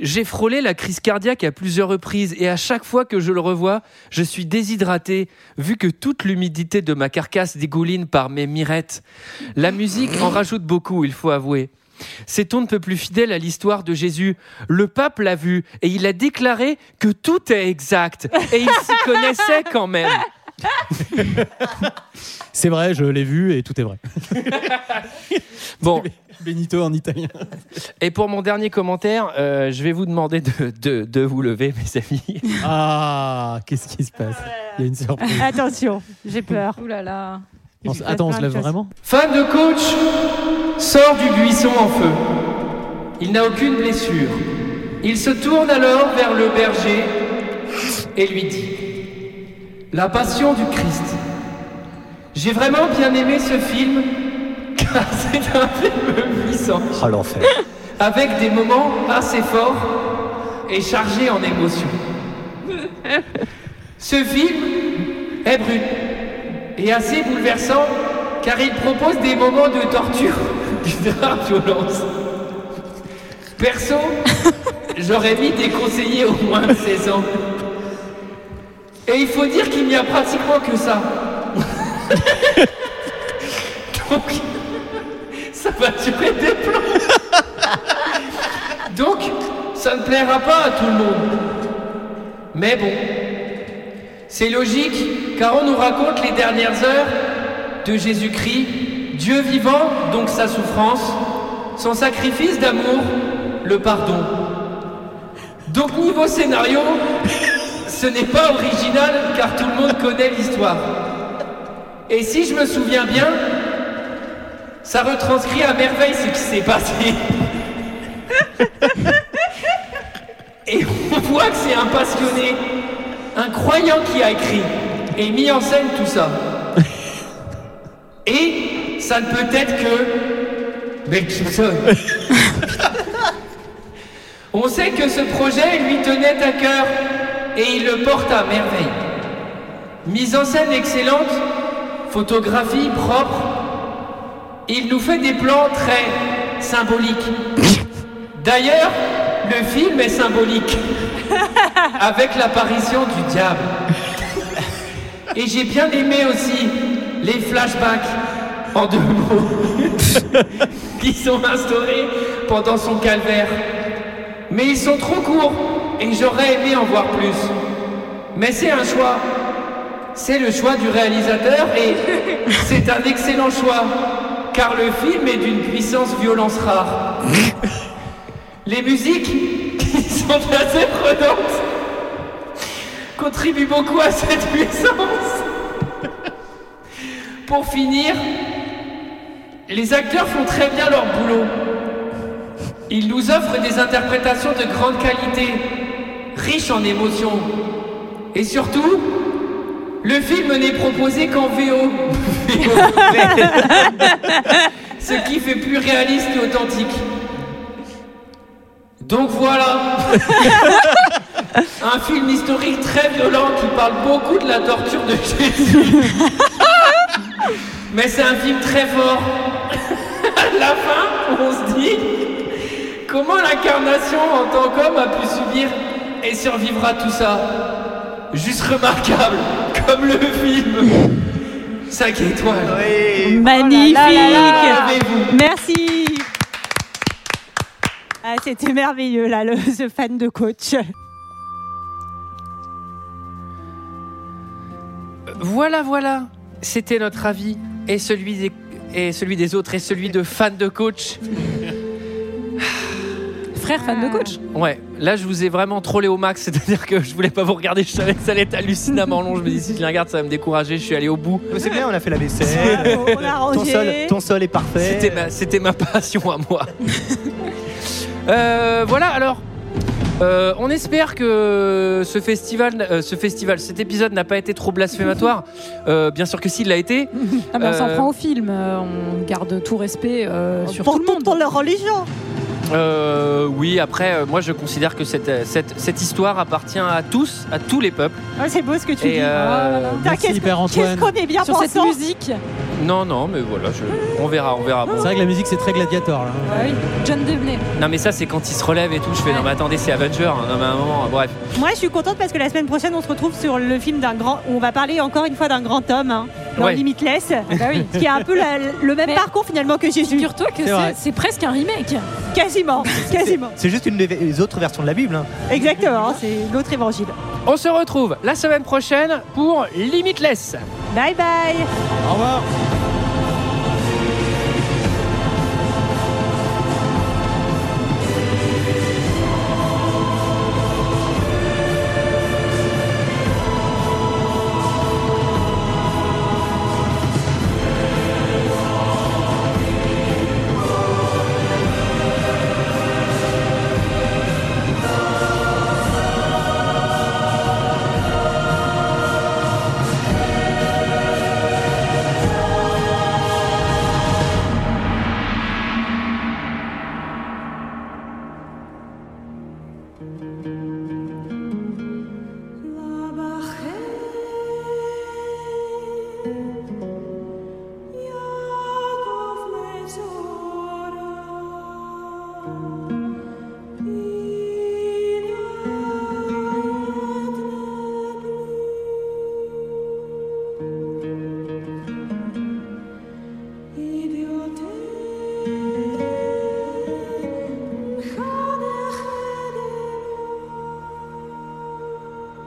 J'ai frôlé la crise cardiaque à plusieurs reprises et à chaque fois que je le revois, je suis déshydraté vu que toute l'humidité de ma carcasse dégouline par mes mirettes. La musique en rajoute beaucoup, il faut avouer. C'est on ne peut plus fidèle à l'histoire de Jésus. Le pape l'a vu et il a déclaré que tout est exact et il s'y connaissait quand même. C'est vrai, je l'ai vu et tout est vrai. Bon, Benito en italien. et pour mon dernier commentaire, euh, je vais vous demander de, de- de vous lever, mes amis. Ah, qu'est-ce qui se passe Il y a une surprise. Attention, j'ai peur. Ouh là là. On s- Attends, on se lève vraiment Fan de coach sort du buisson en feu. Il n'a aucune blessure. Il se tourne alors vers le berger et lui dit La passion du Christ. J'ai vraiment bien aimé ce film car c'est un film puissant Oh l'enfer. avec des moments assez forts et chargés en émotions. Ce film est brut et assez bouleversant car il propose des moments de torture, d'une rare violence. Perso, j'aurais mis des conseillers au moins de 16 ans. Et il faut dire qu'il n'y a pratiquement que ça. Donc, ça va durer des plombs. Donc, ça ne plaira pas à tout le monde. Mais bon, c'est logique, car on nous raconte les dernières heures de Jésus-Christ, Dieu vivant, donc sa souffrance, son sacrifice d'amour, le pardon. Donc niveau scénario, ce n'est pas original, car tout le monde connaît l'histoire. Et si je me souviens bien, ça retranscrit à merveille ce qui s'est passé. Et on voit que c'est un passionné, un croyant qui a écrit et mis en scène tout ça. Et ça ne peut être que Mel Gibson. On sait que ce projet lui tenait à cœur et il le porte à merveille. Mise en scène excellente, photographie propre, il nous fait des plans très symboliques. D'ailleurs, le film est symbolique, avec l'apparition du diable. Et j'ai bien aimé aussi les flashbacks, en deux mots, qui sont instaurés pendant son calvaire. Mais ils sont trop courts et j'aurais aimé en voir plus. Mais c'est un choix. C'est le choix du réalisateur et c'est un excellent choix, car le film est d'une puissance violence rare. Les musiques qui sont assez prenantes contribuent beaucoup à cette puissance. Pour finir, les acteurs font très bien leur boulot. Ils nous offrent des interprétations de grande qualité, riches en émotions. Et surtout, le film n'est proposé qu'en VO. Ce qui fait plus réaliste et authentique. Donc voilà Un film historique très violent qui parle beaucoup de la torture de Jésus. Mais c'est un film très fort. À la fin, on se dit comment l'incarnation en tant qu'homme a pu subir et survivre à tout ça. Juste remarquable, comme le film. 5 étoiles. Magnifique. là. Levez-vous. Merci. Ah, c'était merveilleux là, le, ce fan de coach. Voilà, voilà. C'était notre avis et celui des, et celui des autres et celui de fans de coach. Frère fan de coach. Ouais, là je vous ai vraiment trollé au max, c'est-à-dire que je voulais pas vous regarder, je savais que ça allait être hallucinamment long. Je me dis si je les regarde, ça va me décourager, je suis allé au bout. Mais C'est bien, on a fait la vaisselle. On a Ton sol, rangé. ton sol est parfait. C'était ma, c'était ma passion à moi. Euh, voilà, alors, Euh, on espère que ce festival, euh, ce festival, cet épisode n'a pas été trop blasphématoire. Euh, bien sûr que s'il l'a été. Ah, mais on s'en Euh, prend au film, euh, on garde tout respect euh, sur tout le monde. Pour leur religion. Euh, oui, après, euh, moi je considère que cette, euh, cette, cette histoire appartient à tous, à tous les peuples. Ah, c'est beau ce que tu Et, dis. euh, Putain, merci, qu'est-ce que- Père Antoine. Qu'est-ce qu'on est bien Sur cette pensant. musique, Non, non, mais voilà, je- on verra, on verra. Bon. C'est vrai que la musique, c'est très gladiator. Là. Ah oui, John Devaney. Non, mais ça, c'est quand il se relève et tout. Je fais, non, mais attendez, c'est Avenger. hein. Non, mais à un moment, bref. Moi, je suis contente parce que la semaine prochaine, on se retrouve sur le film d'un grand. On va parler encore une fois d'un grand homme, hein, dans Ouais. Limitless, bah oui. qui a un peu la- le même Mais- parcours finalement que Jésus. Figure-toi que C'est vrai. c'est- c'est presque un remake. Quasiment, quasiment. C'est juste une des les autres versions de la Bible. hein. Exactement, c'est l'autre évangile. On se retrouve la semaine prochaine pour Limitless. Bye bye. Au revoir.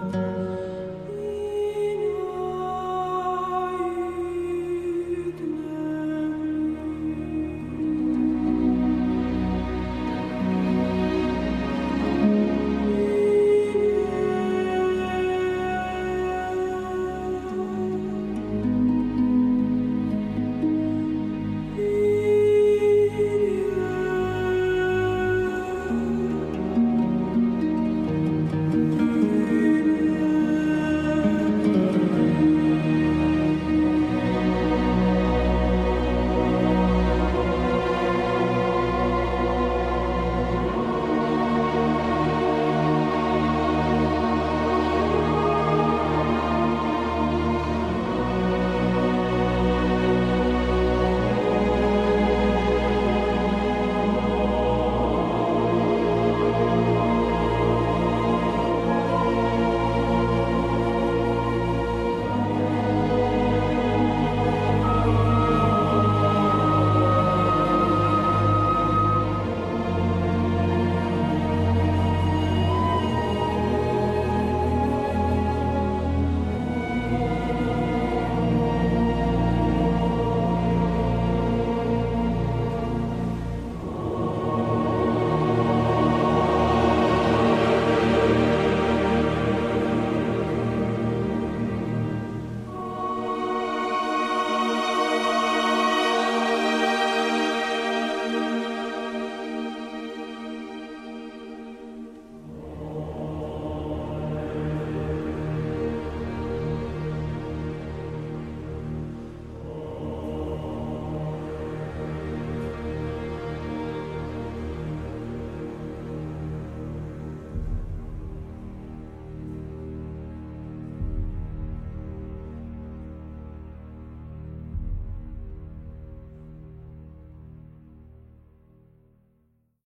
Thank you.